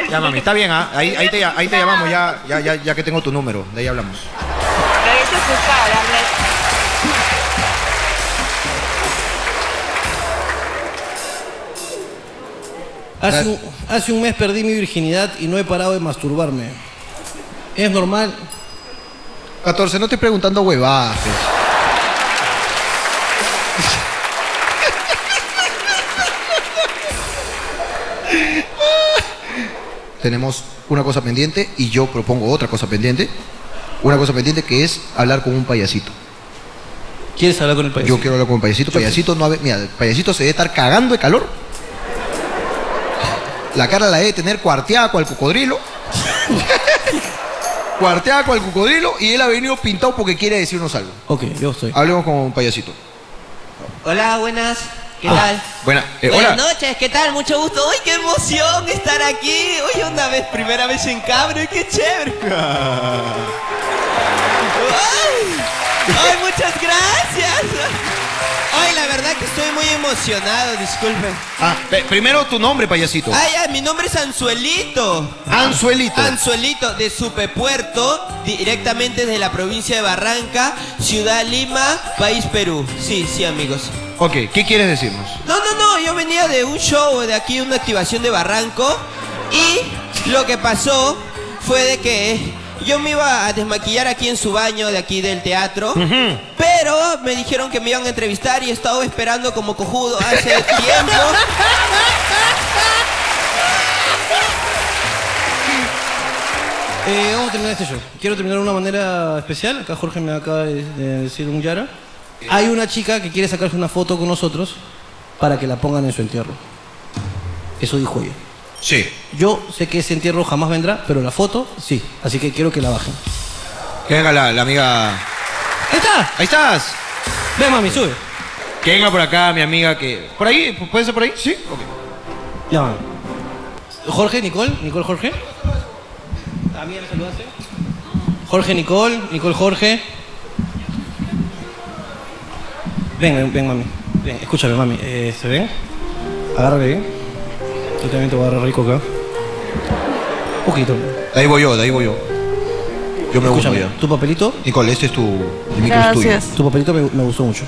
Ya mami, está bien, ¿ah? ahí, ahí te, ahí te llamamos, ya, ya, ya, ya que tengo tu número, de ahí hablamos.
Me había asustado, me-
Ah.
Hace un, hace un mes perdí mi virginidad y no he parado de masturbarme. ¿Es normal?
14, no estoy preguntando huevadas. Tenemos una cosa pendiente y yo propongo otra cosa pendiente. Una cosa pendiente que es hablar con un payasito.
¿Quieres hablar con el payasito?
Yo quiero hablar con un payasito. Payasito no ha- mira, el payasito se debe estar cagando de calor. La cara la debe tener cuarteada con el cocodrilo. cuarteada con el cocodrilo y él ha venido pintado porque quiere decirnos algo.
Ok, yo estoy.
Hablemos con un payasito.
Hola, buenas. ¿Qué
Ah,
tal?
Buena, eh,
Buenas
hola.
noches, ¿qué tal? Mucho gusto. ¡Ay, qué emoción estar aquí! Hoy una vez, primera vez en Cabro, ¡ay, qué chévere! ¡Ay! ¡Ay, muchas gracias! ¡Ay, la verdad que estoy muy emocionado, disculpen!
Ah, pe- primero tu nombre, payasito.
¡Ay, ay, mi nombre es Anzuelito!
Ah, Anzuelito.
Anzuelito, de Supepuerto, directamente desde la provincia de Barranca, Ciudad Lima, País Perú. Sí, sí, amigos.
Ok, ¿qué quieres decirnos?
No, no, no, yo venía de un show, de aquí una activación de Barranco y lo que pasó fue de que yo me iba a desmaquillar aquí en su baño de aquí del teatro, pero me dijeron que me iban a entrevistar y he estado esperando como cojudo hace tiempo.
Eh, vamos a terminar este show. Quiero terminar de una manera especial. Acá Jorge me acaba de, de decir un Yara. Hay una chica que quiere sacarse una foto con nosotros para que la pongan en su entierro. Eso dijo ella.
Sí.
Yo sé que ese entierro jamás vendrá, pero la foto sí. Así que quiero que la bajen.
Que venga la, la amiga.
¡Ahí está!
¡Ahí estás!
Ven, mami, sube.
Que venga por acá, mi amiga que. ¿Por ahí? ¿Pu- ¿Puede ser por ahí? Sí. Ok.
Ya, mami. Jorge, Nicole, Nicole, Jorge. A mí ya me saludaste. Jorge, Nicole, Nicole, Jorge. Ven, ven, ven, mami. Ven, escúchame, mami. Eh, ¿Se ven? Agárrale bien. Yo también te voy a agarrar rico acá. Un poquito.
De ahí voy yo, de ahí voy yo. Yo me gusta
Escúchame,
ya.
¿Tu papelito?
Nicole, este es tu. El micro es tuyo.
Tu papelito me, me gustó mucho.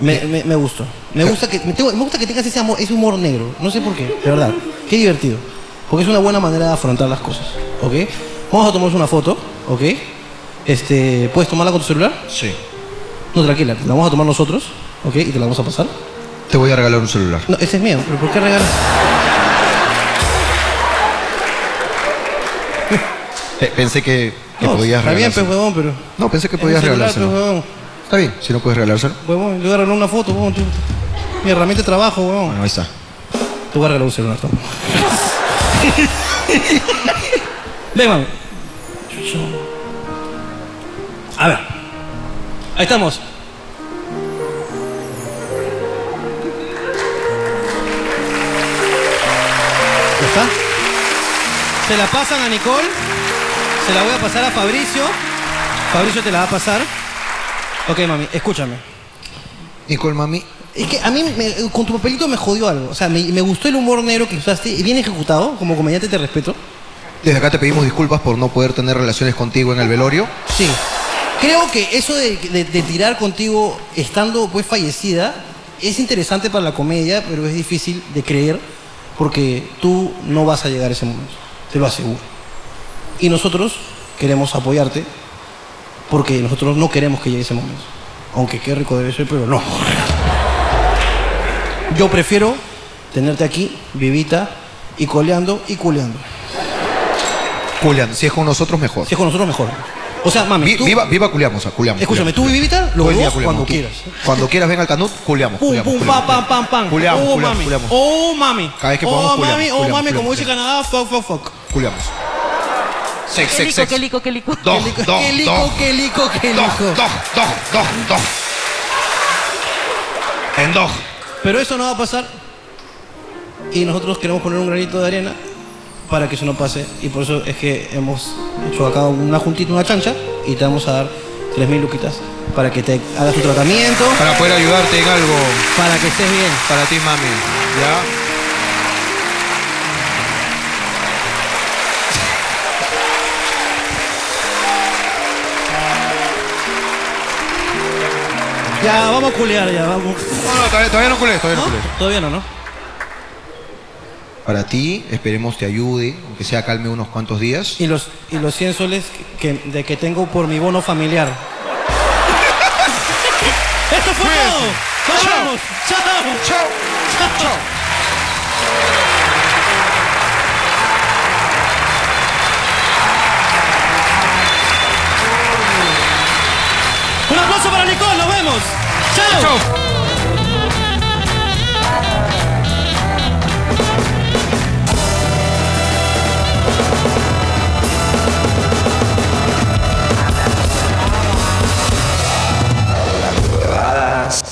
Me, me, me gustó. Me gusta, que, me, tengo- me gusta que tengas ese, amor, ese humor negro. No sé por qué, de verdad. Qué divertido. Porque es una buena manera de afrontar las cosas. ¿Ok? Vamos a tomarnos una foto. ¿Ok? Este, ¿Puedes tomarla con tu celular?
Sí.
No, tranquila. La vamos a tomar nosotros. ¿Ok? Y te la vamos a pasar.
Te voy a regalar un celular.
No, ese es mío. ¿Pero por qué regalas?
Pe- Eh, pensé que, que
No,
podías
Está bien,
regalárselo.
pues, huevón, pero.
No, pensé que
En
podías
el celular,
regalárselo.
pues, huevón.
Está bien, si no puedes regalárselo.
Huevón, le voy a regalar una foto, huevón. tú- Mi herramienta de trabajo, huevón.
Bueno, ahí está.
Te voy a regalar un celular, toma. Ven, mami. Chucho. A ver. Ahí estamos. ¿Ya está? Se la pasan a Nicole. Se la voy a pasar a Fabricio. Fabricio te la va a pasar. Ok, mami, escúchame.
Nicole, mami.
Es que a mí me- con tu papelito me jodió algo. O sea, me, me gustó el humor negro que usaste. y Bien ejecutado. Como comediante te respeto.
Desde acá te pedimos disculpas por no poder tener relaciones contigo en el velorio.
Sí. Creo que eso de, de- de tirar contigo estando pues fallecida es interesante para la comedia, pero es difícil de creer porque tú no vas a llegar a ese momento, te lo aseguro. Y nosotros queremos apoyarte porque nosotros no queremos que llegue ese momento. Aunque qué rico debe ser, pero no. Yo prefiero tenerte aquí, vivita, y coleando y culeando.
Julián, si es con nosotros, mejor. Si
es con nosotros, mejor. O sea, mami, tú-
Viva, viva culiamos, o sea, culiamos.
Escúchame, tú y Vivita, los
Todo el día
dos,
culiamos,
cuando
tú.
quieras.
Cuando quieras, ven al canut, culiamos.
Pum,
culiamos,
pum,
culiamos.
pam, pam, pam, pam.
Culeamos,
oh,
culeamos,
mami.
culeamos.
Oh, mami.
Cada vez que
oh,
podamos, culeamos,
mami, oh,
culeamos,
mami, como
culeamos.
dice Canadá, fuck, fuck, fuck.
Culiamos. Sex, sex, sex.
lico, qué lico.
Dog, dog,
Qué lico,
dog.
qué lico, qué lico.
Dog, dog, dog. En dog.
Pero eso no va a pasar. Y nosotros queremos poner un granito de arena para que eso no pase. Y por eso es que hemos hecho acá una juntita, una chancha, y te vamos a dar 3.000 luquitas para que te hagas tu tratamiento.
Para poder ayudarte en algo.
Para que estés bien.
Para ti, mami. ¿Ya?
Ya, vamos a culear, ya, vamos. ¿Ah?
No, no, todavía, todavía no culees, todavía no, culees.
Todavía no, ¿no?
Para ti, esperemos te ayude, aunque sea calme unos cuantos días.
Y los, y los 100 soles que, de que tengo por mi bono familiar. ¡Esto fue todo! ¡Nos vamos! ¡Chao!
¡Chao!
¡Chao! Un aplauso para Nicole, nos vemos. ¡Chao!